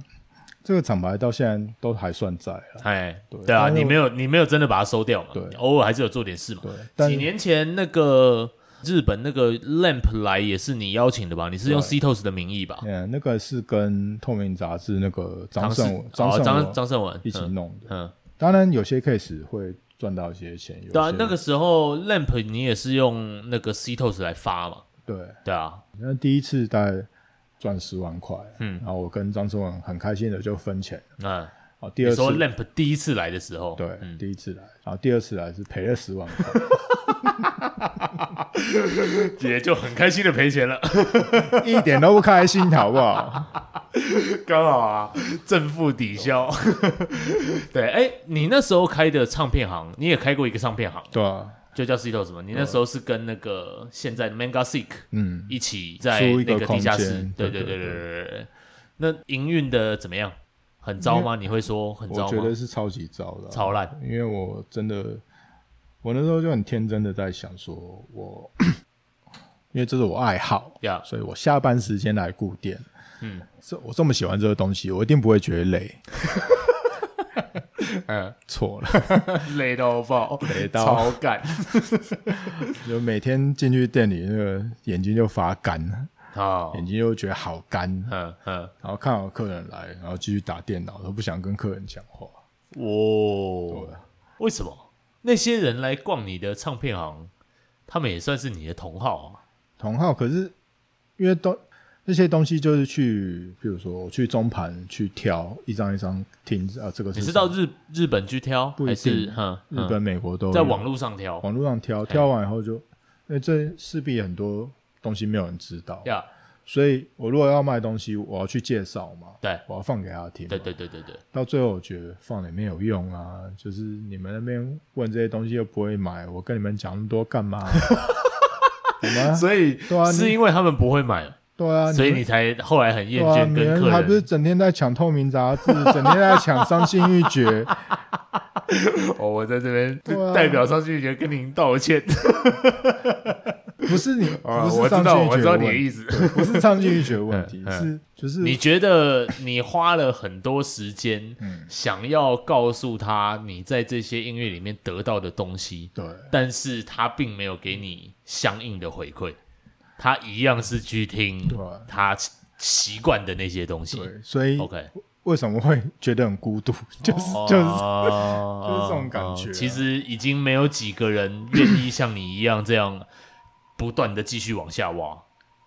这个厂牌到现在都还算在了，
哎，
对
对啊，
但是
你没有你没有真的把它收掉嘛？
对
偶尔还是有做点事嘛。
对，但
几年前那个日本那个 Lamp 来也是你邀请的吧？你是用 C Tos 的名义吧？
嗯，那个是跟透明杂志那个张
唐
胜
胜
文
哦，
胜
张
文
张胜文
一起
嗯
弄的，
嗯，
当然有些 case 会赚到一些钱，有
对啊
些，
那个时候 Lamp 你也是用那个 C Tos 来发嘛？
对，
对啊，
那第一次大概赚十万块，
嗯
嗯，然后我跟张胜文很开心的就分钱，
嗯，
哦，第
你
二次
说 Lamp 第一次来的时候，
对，
嗯，
第一次来，然后第二次来是赔了十万块，
也就很开心的赔钱了，
一点都不开心，好不好？
刚好啊，正负抵消。 对，哎，你那时候开的唱片行，你也开过一个唱片行，
对啊，
就叫 C Tos 嘛？你那时候是跟那个现在的 Manga Seek
嗯，
一起在
租一
那
个
地下
空
室
间，
对
对
对
对
对对对。那营运的怎么样？很糟吗？你会说很
我
糟
觉
吗
得？是超级糟的啊，
超烂，
因为我真的，我那时候就很天真的在想说，我因为这是我爱好，
呀
所以我下班时间来顾店，
嗯
嗯，这我这么喜欢这个东西，我一定不会觉得 累，
嗯，
错了。
累到爆，
累到
超干。
就每天进去店里，那个眼睛就发干，
好，
眼睛就觉得好干，
嗯嗯，
然后看好客人来，然后继续打电脑，都不想跟客人讲话。
哇
对，
为什么那些人来逛你的唱片行，他们也算是你的同好啊？
同号可是因为东那些东西就是去，比如说我去中盘去挑一张一张听啊，这个
你
什
是
么
到日日本去挑，
不一
还是
定
嗯
日
嗯
本、美国都有
在网络上挑
网络上挑，挑完以后就，因为这势必很多东西没有人知道，
呀？
所以我如果要卖东西，我要去介绍嘛，
对
我要放给他听，
对对对对对，
到最后我觉得放了也没有用啊，就是你们那边问这些东西又不会买，我跟你们讲那么多 干嘛？我们
所以
对啊你
是因为他们不会买，
对啊，
所以
们
你才后来很厌
对啊，
倦
你
跟
们还
客
不是
人。
整天在抢透明杂志，整天在抢伤心欲 绝，
哦，我在这边
对啊
代表上去，觉得跟您道歉。
不是你，
啊
不
我
是
知道
伤
我
心欲绝
知道
问
你的
题，
意思
对不是伤心欲绝的问题
嗯，嗯
是就是
你觉得你花了很多时间，
嗯
想要告诉他你在这些音乐里面得到的东西，
对
但是他并没有给你相应的回馈，他一样是去听
对啊
他习习惯的那些东西。
对，所以
OK，哦
为什么会觉得很孤独？ 就是就是
就是
这种感觉啊
其实已经没有几个人愿意像你一样这样不断的继续往下挖，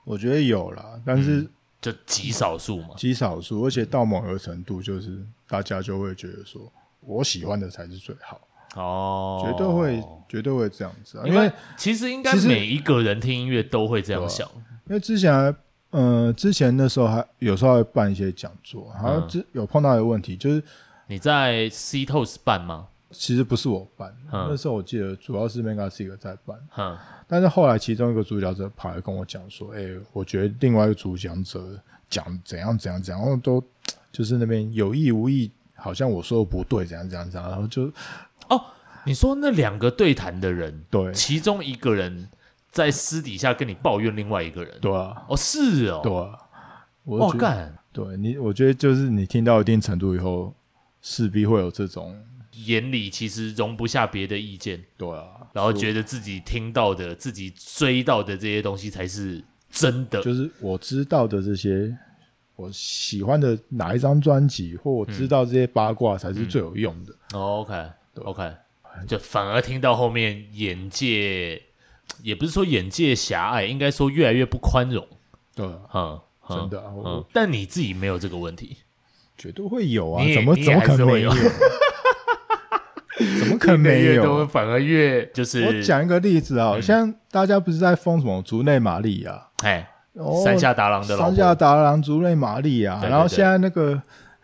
我觉得有啦，但
嗯
是
就极少数嘛。
极少数，而且到某个程度，就是大家就会觉得说，我喜欢的才是最好，
哦，
绝对会，绝对会这样子、啊。因
因
为
为其实应该
其实
每一个人听音乐都会这样
对啊
想，
因为之前还，呃，之前那时候还有时候还办一些讲座，然后之有碰到一个问题，就是
你在 C Toast 办吗？
其实不是我办，
嗯
那时候我记得主要是 Mega Sig 在办，
哼，
但是后来其中一个主讲者跑来跟我讲说，哎、我觉得另外一个主讲者讲怎样怎样怎样都就是那边有意无意，好像我说的不对，怎样怎样怎样，然后就
你说那两个对谈的人，
对
其中一个人在私底下跟你抱怨另外一个人，
对啊，
哦，是哦，
对啊，我
哇
就觉得
干，
对你，我觉得就是你听到一定程度以后，势必会有这种
眼里其实容不下别的意见，
对啊，
然后觉得自己听到的、自己追到的这些东西才是真的。
就是我知道的这些，我喜欢的哪一张专辑，或我
嗯
知道这些八卦才是最有用的。
哦 OK OK，就反而听到后面眼界，也不是说眼界狭隘，应该说越来越不宽容。
对啊，
嗯，嗯
真的啊我
嗯，但你自己没有这个问题，
绝对会有啊
你，也
怎么
你也
怎么可能没
还
有
是会？
怎么可能没
越
有
多？反而越就是
我，讲一个例子
嗯
啊，像大家不是在封什么竹内玛利亚，
哎，
哦
山下达郎的老
山下
婆，
达郎、竹内玛利亚，
对对
然后
对
现在那个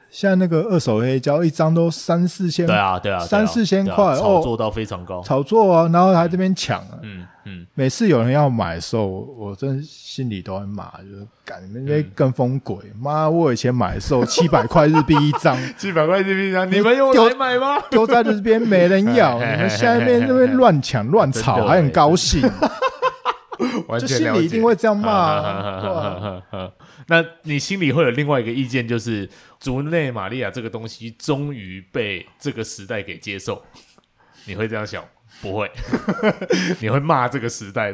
现在那个二手黑胶一张都三四千，
对啊对啊，对啊
三四千
对啊
块
炒
哦
作到非常高。
炒作啊，然后还这边抢啊。
嗯嗯，
每次有人要买的时候，我我真的心里都很骂，就是干你们这些跟风鬼！妈，我以前买的 时候七百块日币一张，
七百块人民币，
你们用来
买吗？
都在这边没人要，
嘿嘿嘿
你们下面那边乱抢乱
真
炒，
的
还很高兴，
完
就
全
心
了
里
解
一定会这样骂 啊。对啊
哈哈哈！那你心里会有另外一个意见，就是竹内玛利亚这个东西终于被这个时代给接受，你会这样想？不会， 你会骂这个时代。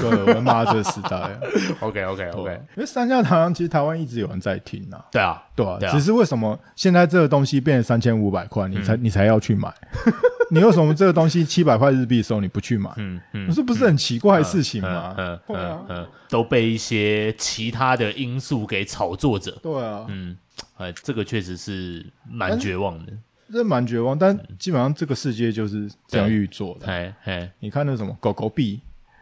对，我骂这个时代 啊。
OK OK OK，
因为三下堂其实台湾一直有人在听啊，
对啊，
对啊
对，啊嗯
只是为什么现在这个东西变成三千五百块，你才你才要去买？ 你为什么这个东西七百块日币的时候你不去买？
嗯嗯
你说不是很奇怪的事情
嗯
吗？
嗯
对啊
嗯，嗯，都被一些其他的因素给炒作者。
对啊，
嗯，哎，这个确实是蛮
但是
绝望的。
这蛮绝望。但
嗯
基本上这个世界就是这样运作的。
哎哎，
你看那什么狗狗币，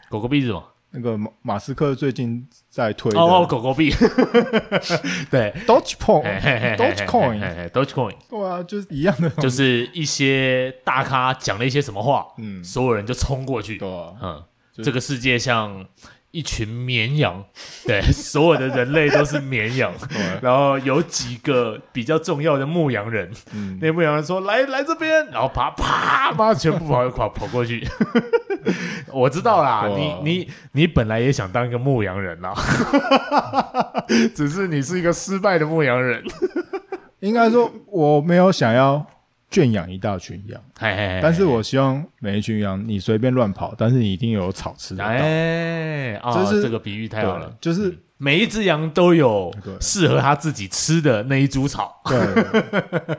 狗狗币是什么？
那个马马斯克最近在推的
哦，哦狗狗币， 对哦哎
Dogecoin，Dogecoin，
Dogecoin，Dogecoin
对啊，就是一样的东西，
哎就是一些大咖讲了一些什么话，
嗯
所有人就冲过去，
对啊，
嗯，
就是
这个世界像一群绵羊，对， 所有的人类都是绵 羊，然后有几个比较重要的牧羊人，
嗯，
那牧羊人说来来这边，然后啪啪，妈全部跑 跑跑过去。我知道啦，
哇
你你你本来也想当一个牧羊人啦， 只是你是一个失败的牧羊人。
应该说我没有想要圈养一大群羊，
嘿嘿嘿
但是我希望每一群羊你随便乱跑，但是你一定有草吃得到。
哎，啊、
这是
这个比喻太好了
对，。就是
每一只羊都有
对
适合它自己吃的那一株草。
对，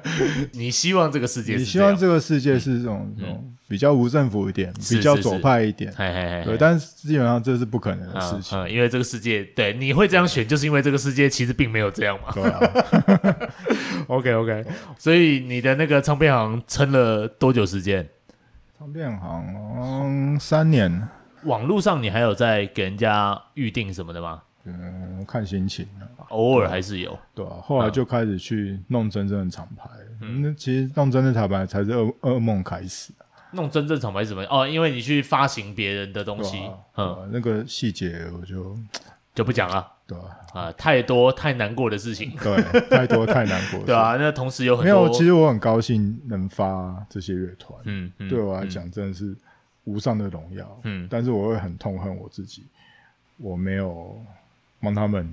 你希望嗯这个世界
你
是
希
这样嗯
望？这个世界是这种这种比较无政府一点，
是
比较
是
左
是
派一点，
嘿嘿嘿嘿，
对，但是基本上这是不可能的事
嗯
情，
嗯，因为这个世界，对，你会这样选，就是因为这个世界其实并没有这样嘛。
对啊，
OK OK，所 以你的那个唱片行撑了多久时间？
唱片行嗯三年，
网络上你还有在给人家预定什么的吗？
嗯，看心情啊，
偶尔还是有。
对啊，后来就开始去弄真正的厂牌，
嗯
那其实弄真正的厂牌才是噩噩梦开始，
弄真正厂牌是什么哦，因为你去发行别人的东
对
西，
啊，对
嗯，
啊那个细节我就
就不讲了
对啊，
啊，太多太难过的事情，
对，太多太难过，
对，啊，那同时嗯有很
没
多，
有，其实我很高兴能发这些乐团，
嗯，嗯
对我来，讲真的是无上的荣耀。
嗯
但是我会很痛恨我自己，我没有帮他们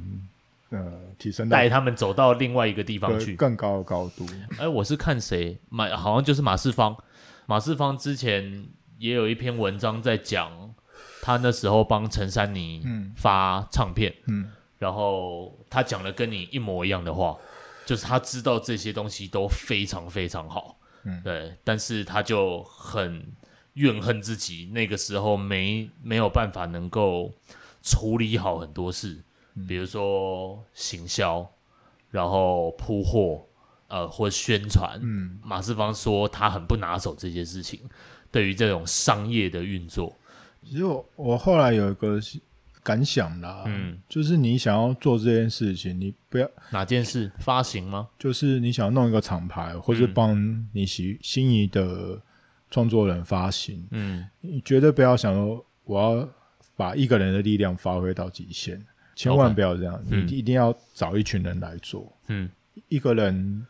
呃提升到
带他们走到另外一个地方
对
去。
更高的高度。
哎，我是看谁马，好像就是马世芳。马世芳之前也有一篇文章在讲，他那时候帮陈珊妮
嗯
发唱片，
嗯，
然后他讲了跟你一模一样的话，就是他知道这些东西都非常非常好，
嗯
对，但是他就很怨恨自己那个时候没没有办法能够处理好很多事，
嗯
比如说行销，然后铺货，呃，或宣传，
嗯，
马世芳说他很不拿手这些事情，对于这种商业的运作，
其实我我后来有一个感想啦，
嗯，
就是你想要做这件事情，你不要
哪件事发行吗？
就是你想要弄一个厂牌，或是
嗯
帮你喜心仪的创作人发行，
嗯，
你绝对不要想说我要把一个人的力量发挥到极限，千万
OK
不要这样，
嗯
你一定要找一群人来做。
嗯
一个人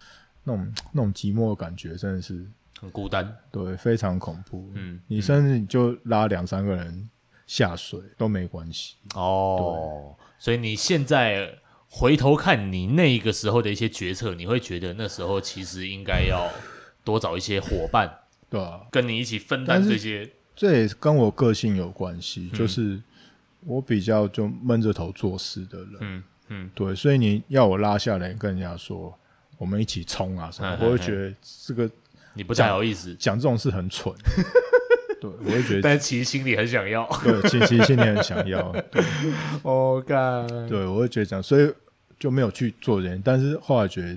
那种那种寂寞的感觉，真的是
很孤单。
对非常恐怖。
嗯
你甚至你就拉两三个人下水都没关系。
哦，所以你现在回头看你那个时候的一些决策，你会觉得那时候其实应该要多找一些伙伴
对啊，
跟你一起分担
但是
这些。
这也跟我个性有关系，
嗯
就是我比较就闷着头做事的人。
嗯嗯，
对，所以你要我拉下来跟人家说我们一起冲啊什么
嗯，嗯
我会
嗯
觉得这个
你不太好意思，
讲这种事 很蠢。对，我会觉得
但嗯其实心里很想要。
对，其其实心里很想要。对，
哦，干，
对我会觉得讲，所以就没有去做人。但是后来觉得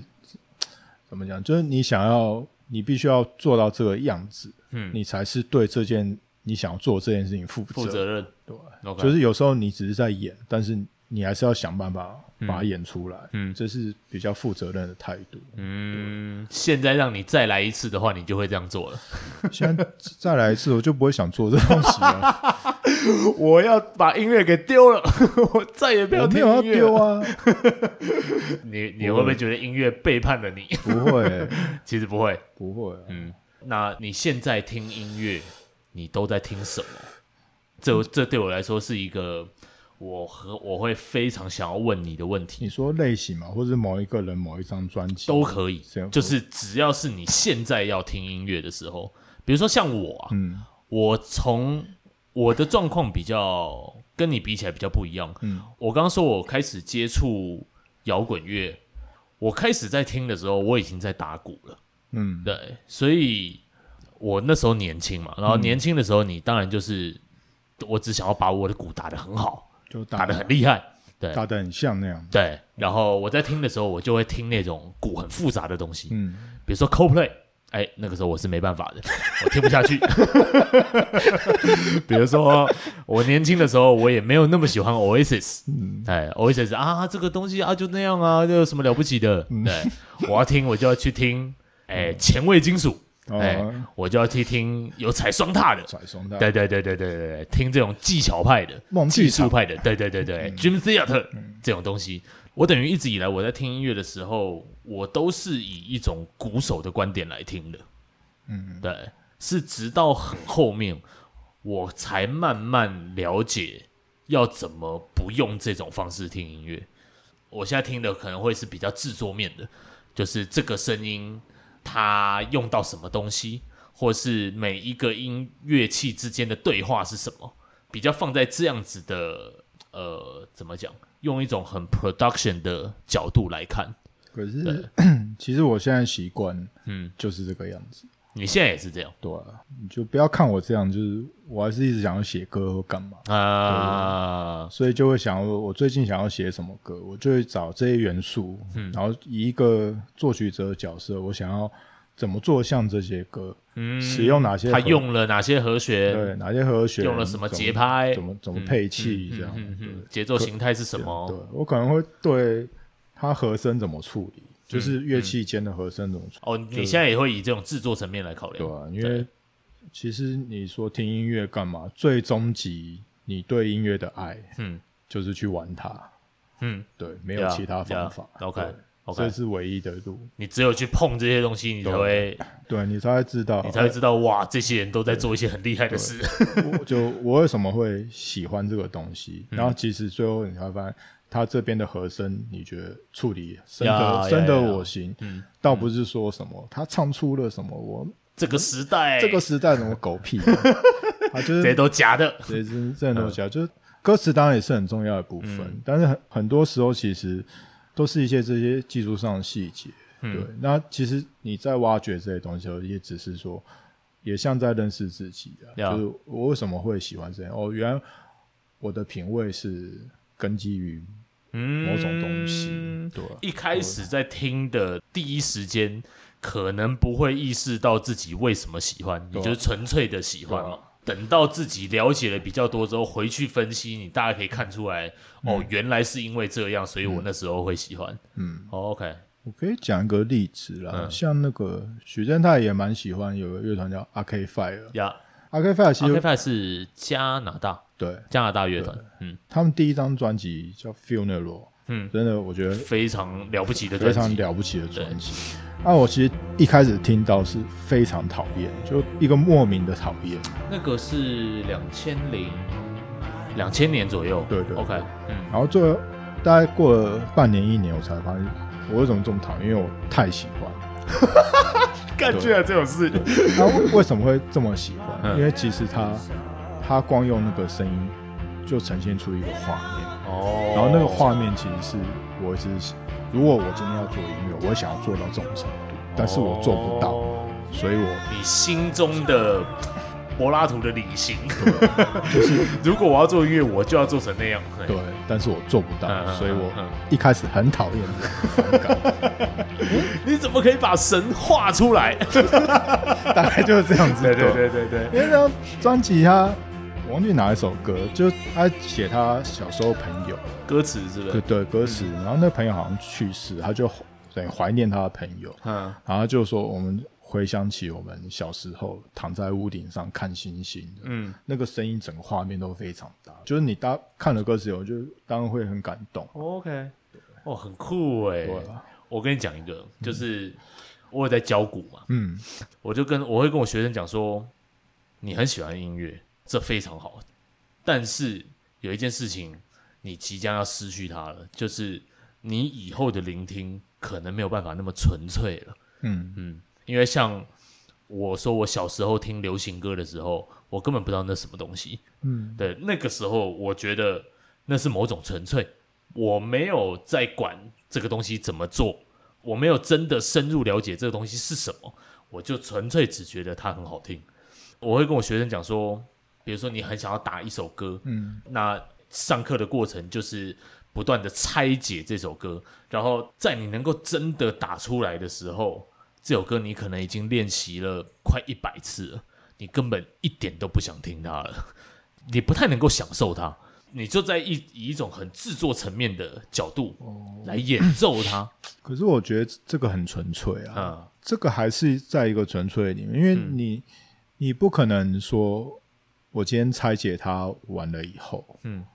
怎么讲，就是你想要，你必须要做到这个样子，
嗯，
你才是对这件你想要做这件事情负责。
负责任。
对，
OK，
就是有时候你只是在演，但是你还是要想办法把它演出来。
嗯
这是比较负责任的态度。
嗯，现在让你再来一次的话，你就会这样做了。
现在再来一次，我就不会想做这东西了。
我要把音乐给丢了， 我再 也不
我没有要丢
啊！
啊，
你你会不会觉得音乐背叛了你？
不会、欸
其实不会。
不会、啊。
嗯，那你现在听音乐，你都在听什么？这这对我来说是一个我和我会非常想要问你的问题，
你说类型嘛，或者某一个人、某一张专辑
都可以
这样，
就是只要是你现在要听音乐的时候，比如说像我啊，
嗯
我从我的状况比较跟你比起来比较不一样，
嗯
我刚刚说我开始接触摇滚乐，我开始在听的时候，我已经在打鼓了。
嗯，
对，所以我那时候年轻嘛，
嗯
然后年轻的时候，你当然就是、我只想要把我的鼓打得很好，
就打
打得很厉害，对
打得很像那样。
对。然后我在听的时候，我就会听那种鼓很复杂的东西，
嗯，
比如说 CoPlay。哎，那个时候我是没办法 的，我听不下去。 比如说，我年轻的时候，我也没有那么喜欢 Oasis，哎，Oasis
嗯
啊，这个东西啊就那样啊，这有什么了不起的？
嗯
对，我要听我就要去听，哎，前卫金属，哎、
哦，
我就要去听有踩双踏的，
甩松的，
对对对对对对对，听这种技巧派的、
梦
技
剧
术
场嗯
派的，对对对对、j i m Theater 这种东西，我等于一直以来我在听音乐的时候，我都是以一种鼓手的观点来听的，
嗯，
对，是直到很后面我才慢慢了解要怎么不用这种方式听音乐。我现在听的可能会是比较制作面的，就是这个声音它用到什么东西，或是每一个音乐器之间的对话是什么，比较放在这样子的呃，怎么讲？用一种很 production 的角度来看，
可是 其实我现在习惯
嗯，
就是这个样子。
你现在也是这样
对啊，你就不要看我这样，就是我还是一直想要写歌或干嘛，
啊、
所以就会想要我最近想要写什么歌，我就会找这些元素，
嗯
然后以一个作曲者的角色，我想要怎么做像这些歌，
嗯，
使用哪些
他
和
用了哪些和弦，
对哪些和弦，
用了什么节
怎
拍，
怎么怎么配器这样。
嗯嗯，节奏形态是什
对
么？
我可能会对它和声怎么处
嗯
理，就是乐器间的和声怎么处
哦，你现在也会以这种制作层面来考
理，对
量，
吧、因为其实你说听音乐干嘛，最终极你对音乐的爱
嗯
就是去玩它，
嗯，
对，没有其他方法。对
OK
这
OK，
是唯一的路，
你只有去碰这些东西，你才会
对你才会知道，
你才会知道哇，这些人都在做一些很厉害的事。
我就我为什么会喜欢这个东西。
嗯
然后其实最后你才会发现，它这边的和声，你觉得处理深
呀
得
呀
深得
呀
我心，
嗯，
倒不是说什么他唱出了什么我
这个时代，
这个时代怎么狗屁 啊？啊，就
这
是
些都假的。
这真真的东西啊，就是歌词当然也是很重要的部分，但是很很多时候其实都是一些这些技术上的细节。对，那其实你在挖掘这些东西的时候，也只是说，也像在认识自己啊。
Yeah
就是我为什么会喜欢这样？哦，原来我的品味是根基于
嗯，
某种东西，对啊、
一开始在听的第一时间，可能不会意识到自己为什么喜欢，你
啊
就是纯粹的喜欢嘛
对。啊
等到自己了解了比较多之后，回去分析，你大概可以看出来，哦，原来是因为这样，所以我那时候会喜欢。
嗯
哦，OK，
我可以讲一个例子啦，
嗯
像那个许正泰也蛮喜欢有个乐团叫 Arcade Fire。
呀
Arcade Fire 其
a r
实
c a p a 是加拿大
对
加拿大乐团，嗯
他们第一张专辑叫 Funeral，
嗯，
真的我觉得
非常了不起的专
非
辑，
常了不起的专辑。那我其实一开始听到是非常讨厌，就一个莫名的讨厌。
那个是两千零两千年左右，
对对
，OK，嗯
然后最后大概过了半年一年，我才发现我为什么这么讨厌，因为我太喜欢了。
干
啊
居然这种事，
那为为什么会这么喜欢？
嗯
因为其实他他光用那个声音就呈现出一个画面，
哦，
然后那个画面其实是我一直如果我今天要做音乐，我想要做到这种程度，但是我做不到，
哦
所以我
你心中的柏拉图的理 性，就是 如果我要做音乐，我就要做成那样，嘿
对，但是我做不到，
嗯嗯
所以我
嗯
一开始很讨厌 这种反感，
你怎么可以把神画出 来？
大概就是这样子。
对对，
因为那张专辑他，我忘记哪一首歌，就是他写他小时候朋友，
歌词是不
对
是？
对歌
嗯
词，然后那朋友好像去世，他就等于怀念他的朋友，
嗯，
然后他就说我们回想起我们小时候躺在屋顶上看星星的，
嗯，
那个声音整个画面都非常大，就是你当看了歌词以后，就当然会很感动，
OK，哦，很酷哎、
对啊
我跟你讲一个，就是我有在教鼓嘛，
嗯，
我就跟我会跟我学生讲说，你很喜欢音乐，这非常好，但是有一件事情你即将要失去它了，就是你以后的聆听可能没有办法那么纯粹了。
嗯
嗯，因为像我说我小时候听流行歌的时候，我根本不知道那什么东西。
嗯，
对，那个时候我觉得那是某种纯粹，我没有在管这个东西怎么做，我没有真的深入了解这个东西是什么，我就纯粹只觉得它很好听。我会跟我学生讲说，比如说你很想要打一首歌，
嗯，
那上课的过程就是不断的拆解这首歌，然后在你能够真的打出来的时候，这首歌你可能已经练习了快一百次了，你根本一点都不想听它了， 你不太能够享受它，你就在一以一种很制作层面的角度
哦
来演奏 它，
可是我觉得这个很纯粹啊，
嗯
这个还是在一个纯粹里面，因为你、你不可能说，我今天拆解它完了以后，
嗯，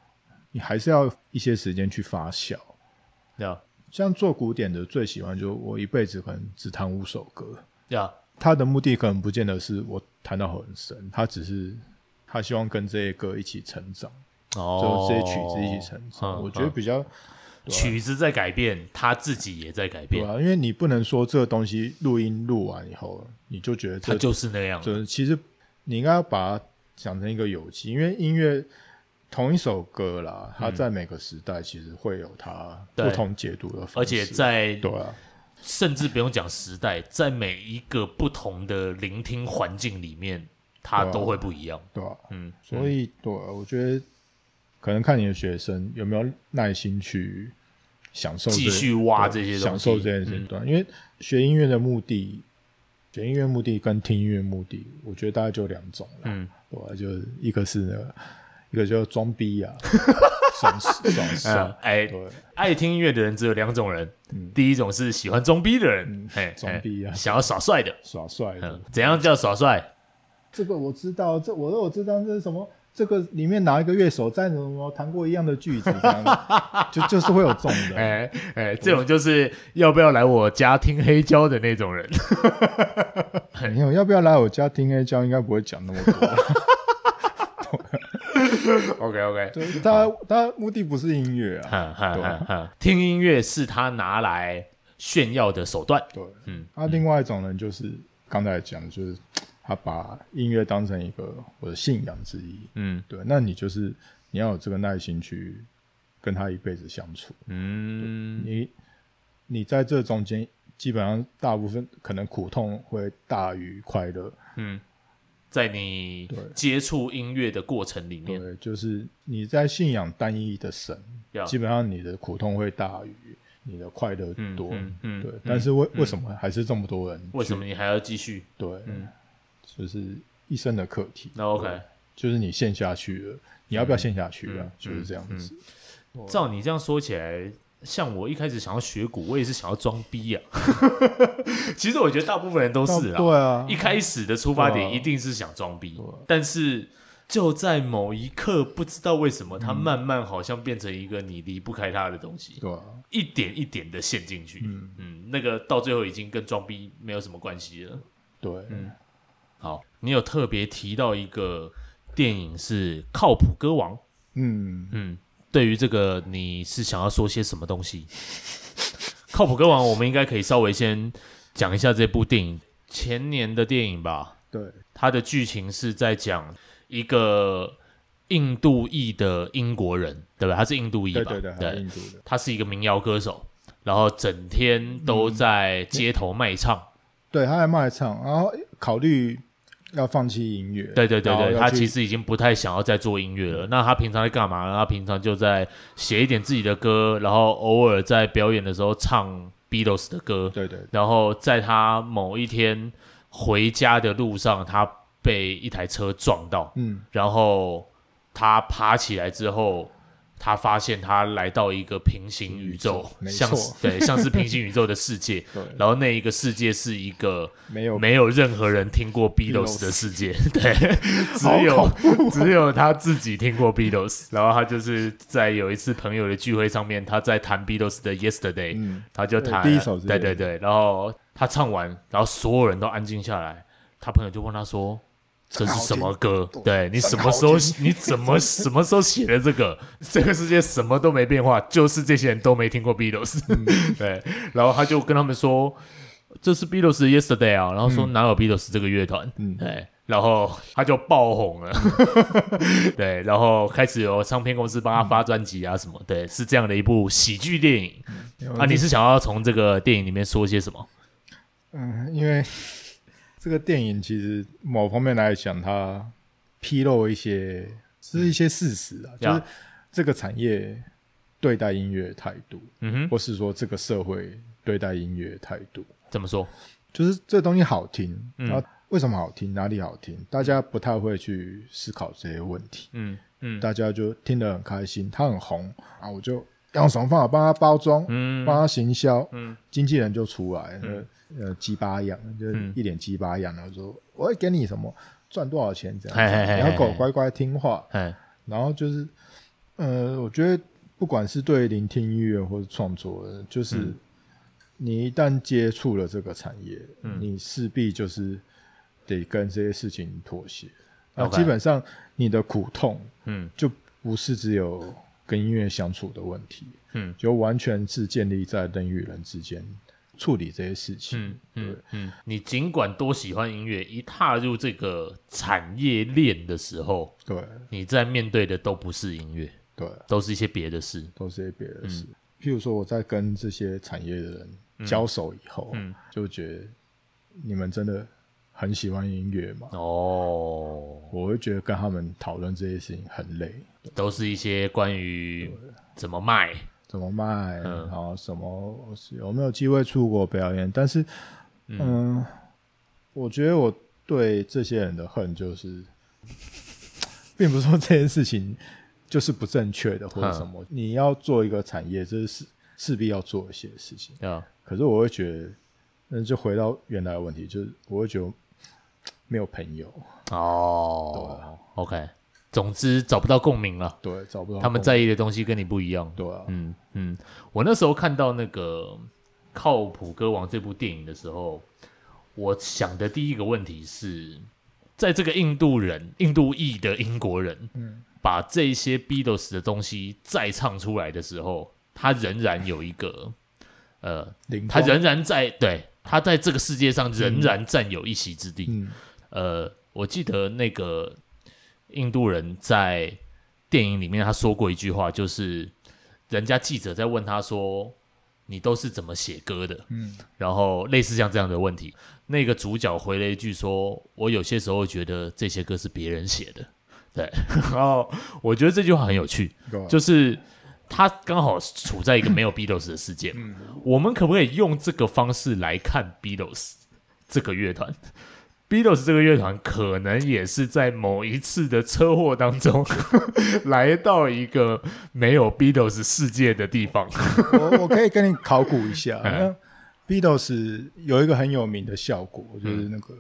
你还是要一些时间去发酵。
对啊，
像做古典的最喜欢就是我一辈子可能只弹五首歌，
对啊，
他的目的可能不见得是我弹到很深，他只是他希望跟这些歌一起成长，
哦
就这些曲子一起成长。
嗯
我觉得
嗯
比较
曲子在改变，他自己也在改
对
变，
啊，因为你不能说这个东西录音录完以后，你就觉得
他
这
就是那样，
就是其实你应该要把它想成一个有机，因为音乐同一首歌啦，它在每个时代其实会有它
嗯对
不同解读的方
而
式，
且在
对啊，
甚至不用讲时代，在每一个不同的聆听环境里面，它
对啊
都会不一样。
对啊，
嗯，
所以对啊、我觉得可能看你的学生有没有耐心去享受这
继续挖
对
这些东西嗯
享受这件事情，对啊、因为学音乐的目的。学音乐目的跟听音乐目的，我觉得大概就两种了，
嗯
对吧、就是一个是那个，一个叫装逼 啊，爽爽爽
嗯，，哎，
啊对，
爱听音乐的人只有两种人
嗯，
第一种是喜欢装逼的人
嗯，
哎，
装逼啊
哎想要耍帅的，
耍帅的。
嗯，怎样叫耍帅？
这个我知道，这我我知道这是什么，这个里面哪一个乐手在什么弹过一样的句子，这样子就就是会有这种 的。
哎哎，这种就是要不要来我家听黑胶的那 种人。
你有哎要不要来我家听 A 教？应该不会讲那 么多。
OK OK，
对，他他目的不是音乐
哈
啊，
哈
对
哈
啊
哈，听音乐是他拿来炫耀的手段。
对，
嗯，
他另外一种人就是刚才讲的，就是他把音乐当成一个我的信仰之一。
嗯
对，那你就是你要有这个耐心去跟他一辈子相处。
嗯，
你你在这中间，基本上大部分可能苦痛会大于快乐。
嗯，在你
对
接触音乐的过程里面，
对，就是你在信仰单一的神，
要
基本上你的苦痛会大于你的快乐
嗯
多。
嗯嗯
对
嗯，
但是为、为什么还是这么多人？
为什？么你还要继续？
对，就是一生的课题。
那 OK，
就是你陷下去了，你要不要陷下去啊？
嗯
就是这样子。
照你这样说起来，像我一开始想要学鼓，我也是想要装逼啊。 其实我觉得大部分人都是
那
啊，
对啊
一，开始的出发
对
点
啊
一定是想装逼
对啊，
但是就在某一刻，不知道为什么，它慢慢好像变成一个你离不开它的东西，
嗯对吧、啊
一点一点的陷进去。嗯嗯，那个到最后已经跟装逼没有什么关系了。
对，
嗯好，你有特别提到一个电影是《靠谱歌王》。
嗯，
嗯，对于这个，你是想要说些什么东 西？靠谱歌王，我们应该可以稍微先讲一下这部电影，前年的电影吧。
对，
它的剧情是在讲一个印度裔的英国人，对吧？他是印度裔吧？
对对对，还有印度的，
他是一个民谣歌手，然后整天都在街头卖唱。
对，他还卖唱，然后考虑要放弃音乐，
对对对
然后
对，
要
他
去
其实已经不太想要再做音乐了。那他平常在干嘛呢？他平常就在写一点自己的歌，然后偶尔在表演的时候唱 Beatles 的歌。
对对
然后在他某一天回家的路上，他被一台车撞到，
嗯，
然后他爬起来之后。他发现他来到一个平行宇宙，
没
像
错
是对，像是平行宇宙的世界
对。
然后那一个世界是一个
没有
没有任何人听过 Beatles 的世界，对， 只有
啊
只有他自己听过 Beatles，然后他就是在有一次朋友的聚会上面，他在弹 Beatles 的 Yesterday，、
嗯
他就弹
对第一首是
对对对，然后他唱完，然后所有人都安静下来，他朋友就问他说。这是什么歌？对你什么时候
真好
你怎么什么时候写的这个？ 这个世界什么都没变化，就是这些人都没听过 Beatles。对， 然后他就跟他们说，这是 Beatles 的 Yesterday 啊，然后说哪有 Beatles 这个乐团？嗯，对，然后他就爆红了， 对，然后开始有唱片公司帮他发专辑啊什么，对，是这样的一部喜剧电影啊。你是想要从这个电影里面说些什么？
嗯，因为 这个电影其实某方面来讲，它披露一些是一些事实啊，就是
Yeah
这个产业对待音乐的态度，
嗯哼，
或是说这个社会对待音乐的态度，
怎么说？
就是这东西好听，
嗯
然后为什么好听，哪里好听，大家不太会去思考这些问题，
嗯嗯
大家就听得很开心，它很红啊，我就要用什么方法帮它包装，
嗯
帮它行销，
嗯
经纪人就出来，呃呃，鸡巴样，
嗯
就是一脸鸡巴样，然后说我会给你什么赚多少钱这样
嘿嘿嘿
子，
嘿
你要狗乖乖听话。
哎
然后就是，呃，我觉得不管是对聆听音乐或者创作的，
嗯
就是你一旦接触了这个产业，
嗯
你势必就是得跟这些事情妥协。那
OK
基本上你的苦痛
嗯
就不是只有跟音乐相处的问题，
嗯
就完全是建立在人与人之间处理这些事情。
嗯嗯嗯，你尽管多喜欢音乐，一踏入这个产业链的时候，
对
你在面对的都不是音乐，
对，
都是一些别的事。
都是些别的事。
嗯
譬如说，我在跟这些产业的人交手以后，
嗯
就觉得你们真的很喜欢音乐嘛？
哦，
我会觉得跟他们讨论这些事情很累，
都是一些关于怎么卖，
怎么卖，
嗯
然后什么有没有机会出国表演？但是，嗯、我觉得我对这些人的恨就是， 并不是说这件事情就是不正确的或者什
嗯
么。你要做一个产业，这是势必要做一些事情。
对吧？
可是我会觉得，那就回到原来的问题，就是我会觉得没有朋友，
哦，OK，总之找不到共鸣了，
对，找不到
他们在意的东西跟你不一样。
共鸣对啊，
嗯嗯，我那时候看到那个《靠谱歌王》这部电影的时候，我想的第一个问题是，在这个印度人、印度裔的英国人，
嗯
把这些 Beatles 的东西再唱出来的时候，他仍然有一个呃，
灵
他
光
仍然在对他在这个世界上仍然占有一席之地。
嗯
呃，我记得那个印度人在电影里面他说过一句话，就是人家记者在问他说：“你都是怎么写歌的？”
嗯，
然后类似像这样的问题，那个主角回了一句说：“我有些时候觉得这些歌是别人写的。”对， 然后我觉得这句话很有趣，
对啊
就是他刚好处在一个没有 Beatles 的世界嘛。我们可不可以用这个方式来看 Beatles 这个乐团？Beatles 这个乐团可能也是在某一次的车祸当中 来到一个没有 Beatles 世界的地方。
我我可以跟你考古 一下。
嗯
那 Beatles 有一个很有名的效果，就是那个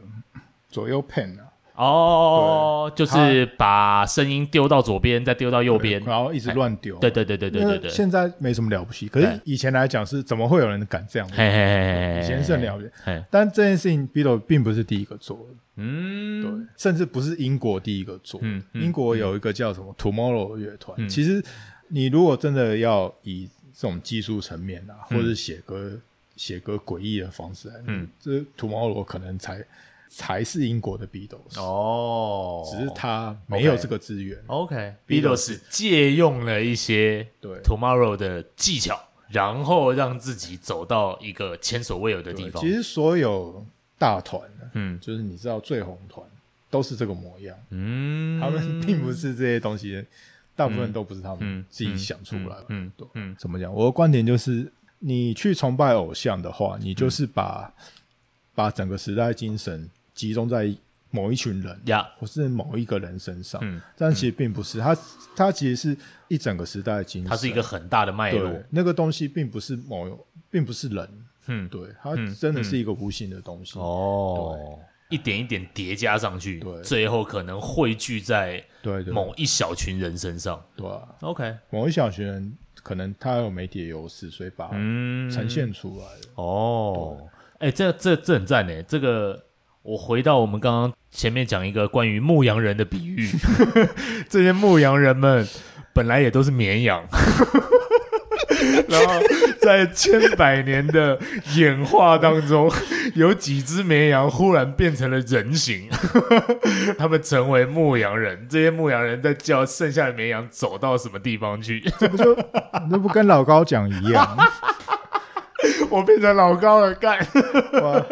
左右 pen 啊，
哦，就是把声音丢到左边，再丢到右边，
然后一直乱丢。
对对对对对对对，
现在没什么了不起，可是以前来讲是怎么会有人敢这样？
嘿嘿嘿，
以前是很了不起，但这件事情 Beatle 并不是第一个做的。
嗯，
对，甚至不是英国第一个做。嗯，英国有一个叫
嗯
什么 Tomorrow 乐团，其实你如果真的要以这种技术层面啊，
嗯
或者写歌写歌诡异的方式来，嗯，这 Tomorrow 可能才。才是英国的 Beatles
哦，
只是他没有这个资源。
OK，Beatles 借用了一些
对
Tomorrow 的技巧，然后让自己走到一个前所未有的地方。
其实所有大团，啊
嗯，
就是你知道最红团都是这个模样，
嗯，
他们并不是这些东西，大部分都不是他们自己想出来的。
嗯
对，
嗯，
怎么讲？我的观点就是，你去崇拜偶像的话，你就是
嗯
把把整个时代精神集中在。某一群人
呀，
或是某一个人身上，
嗯
但其实并不是，它它其实是一整个时代的精神，
它是一个很大的脉络。
啊对那个东西并不是某，并不是人，
嗯，
对，它
嗯
真的是一个无形的东西。
哦，一点一点叠加上去
对，
最后可能汇聚在
对对
某一小群人身上。
对啊，
OK，
某一小群人可能他有媒体的优势，所以把它
嗯，
呈现出来了。
哦，哎、这这这很赞哎！这个我回到我们刚刚前面讲一个关于牧羊人的比喻， 这些牧羊人们本来也都是绵羊， 然后在千百年的演化当中，有几只绵羊忽然变成了人形， 他们成为牧羊人。这些牧羊人在叫剩下的绵羊走到什么地方去？
那不跟老高讲一样？啊
我变成老高了，干！
哇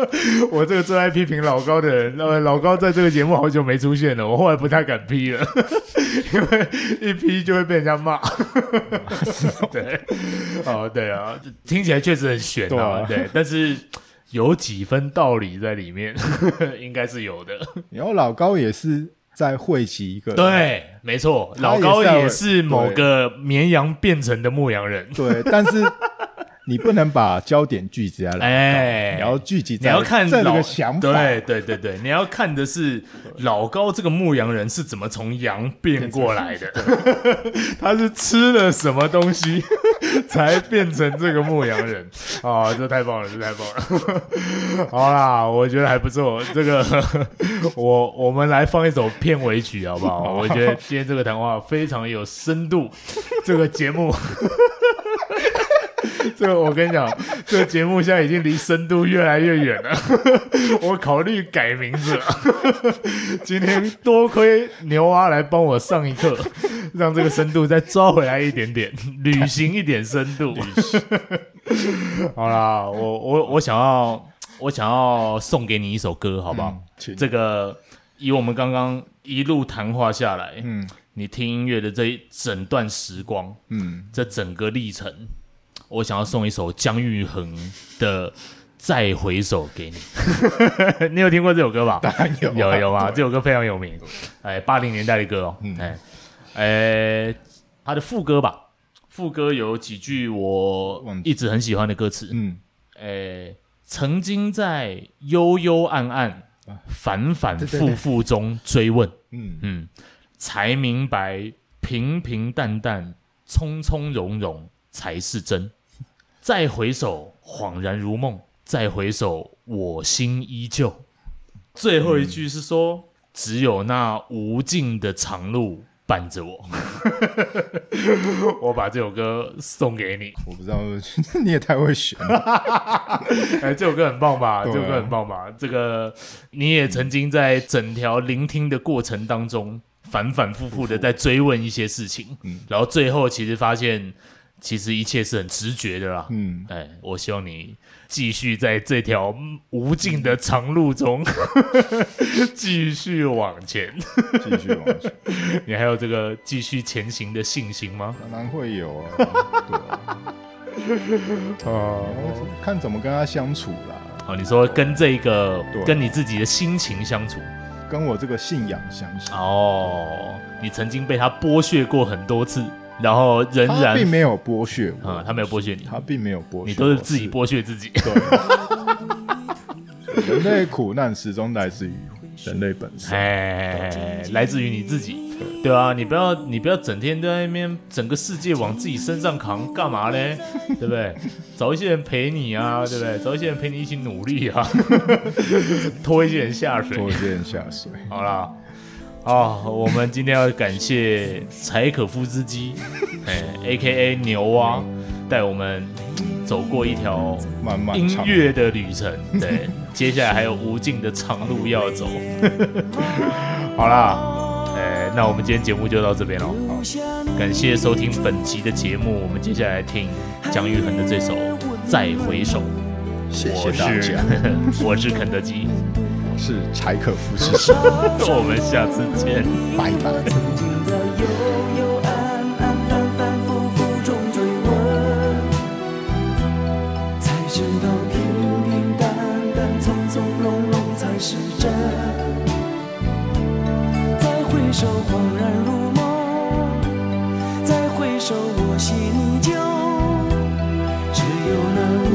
我这个最爱批评老高的人，呃，老高在这个节目好久没出现了，我后来不太敢批 了，因为一批就会被人家骂。对，哦，对啊，听起来确实很悬
对
啊，
啊
对，但是有几分道理在里面， 应该是有的。
然后老高也是在汇集一个
对，没错，
他
老
也
高
是要
也是某个绵羊变成的牧羊人。
对，但是你不能把焦点聚集在来，
哎，
你要聚集
你
在
要看
这
老
个想法。
对对对对，你要看的是老高这个牧羊人是怎么从羊变过来的， 他是吃了什么东西 才变成这个牧羊人啊、这太棒了，这太棒了！ 好啦，我觉得还不错。这个 我我们来放一首片尾曲好不 好？我觉得今天这个谈话非常有深度， 这个节目。这个我跟你讲，这个节目现在已经离深度越来越远了。 我考虑改名字了。 今天多亏牛蛙来帮我上一课，让这个深度再抓回来一点点， 旅行一点深度。 好啦，我我我想要，我想要送给你一首歌，好不好？
嗯请
这个以我们刚刚一路谈话下来，
嗯
你听音乐的这一整段时光，
嗯，
这整个历程，我想要送一首姜育恒的《再回首》给你。 你有听过这首歌吧？
当然有啊
有有吗？
对嗯
这首歌非常有名，哎，八零年代的歌哦，哎，哎，它的副歌吧，副歌有几句我
忘记
一直很喜欢的歌词，
嗯，
哎，曾经在幽幽暗暗、反反复复中追问，
嗯
嗯，才明白平平淡淡、从从容容才是真。再回首，恍然如梦；再回首，我心依旧。最后一句是说，只有那无尽的长路伴着我。 我把这首歌送给你，
我不知道， 你也太会选 了。
哎，这首歌很棒吧？这
对啊
首歌很棒吧？这个你也曾经在整条聆听的过程当中，反反复复的在追问一些事情，
嗯
然后最后其实发现，其实一切是很直觉的啦。
嗯，
哎，我希望你继续在这条无尽的长路 中继续往前。
继续往下，
你还有这个继续前行的信心吗？
当然会有啊，对啊。
哦，
看怎么跟他相处啦，
好，你说跟这个
对
跟你自己的心情相处。
跟我这个信仰相处，
啊哦，你曾经被他剥削过很多次，然后仍
他
然
并没有剥削我，
嗯，他没有剥削你，
他并没有剥削我，
你都是自己剥削自己。
是。对，人类苦难始终来自于人类本身。
哎，来自于你自己，对啊，你不要你不要整天在那边整个世界往自己身上扛，干嘛嘞？对不对？找一些人陪你啊，对不对？找一些人陪你一起努力啊， 拖一些人下水。啊
拖一些人下水，
好啦，啊，我们今天要感谢柴可夫斯基， 哎，A K A 牛蛙，带我们走过一条
慢慢
音
唱
乐的旅程。对，接下来还有无尽的长路要 走。好啦，哎，那我们今天节目就到这边喽。感谢收听本期的节目，我们接下来听姜育恒的这首《再回首》。
谢
我
谢大
是
家。
我是肯德基，
我是柴可夫斯基，
我们下次见。
拜拜。
曾经的幽幽暗暗、反反复复中追问，才知道平平淡淡、从从容容才是真。再回首，恍然如梦；再回首，我心依旧。只有那。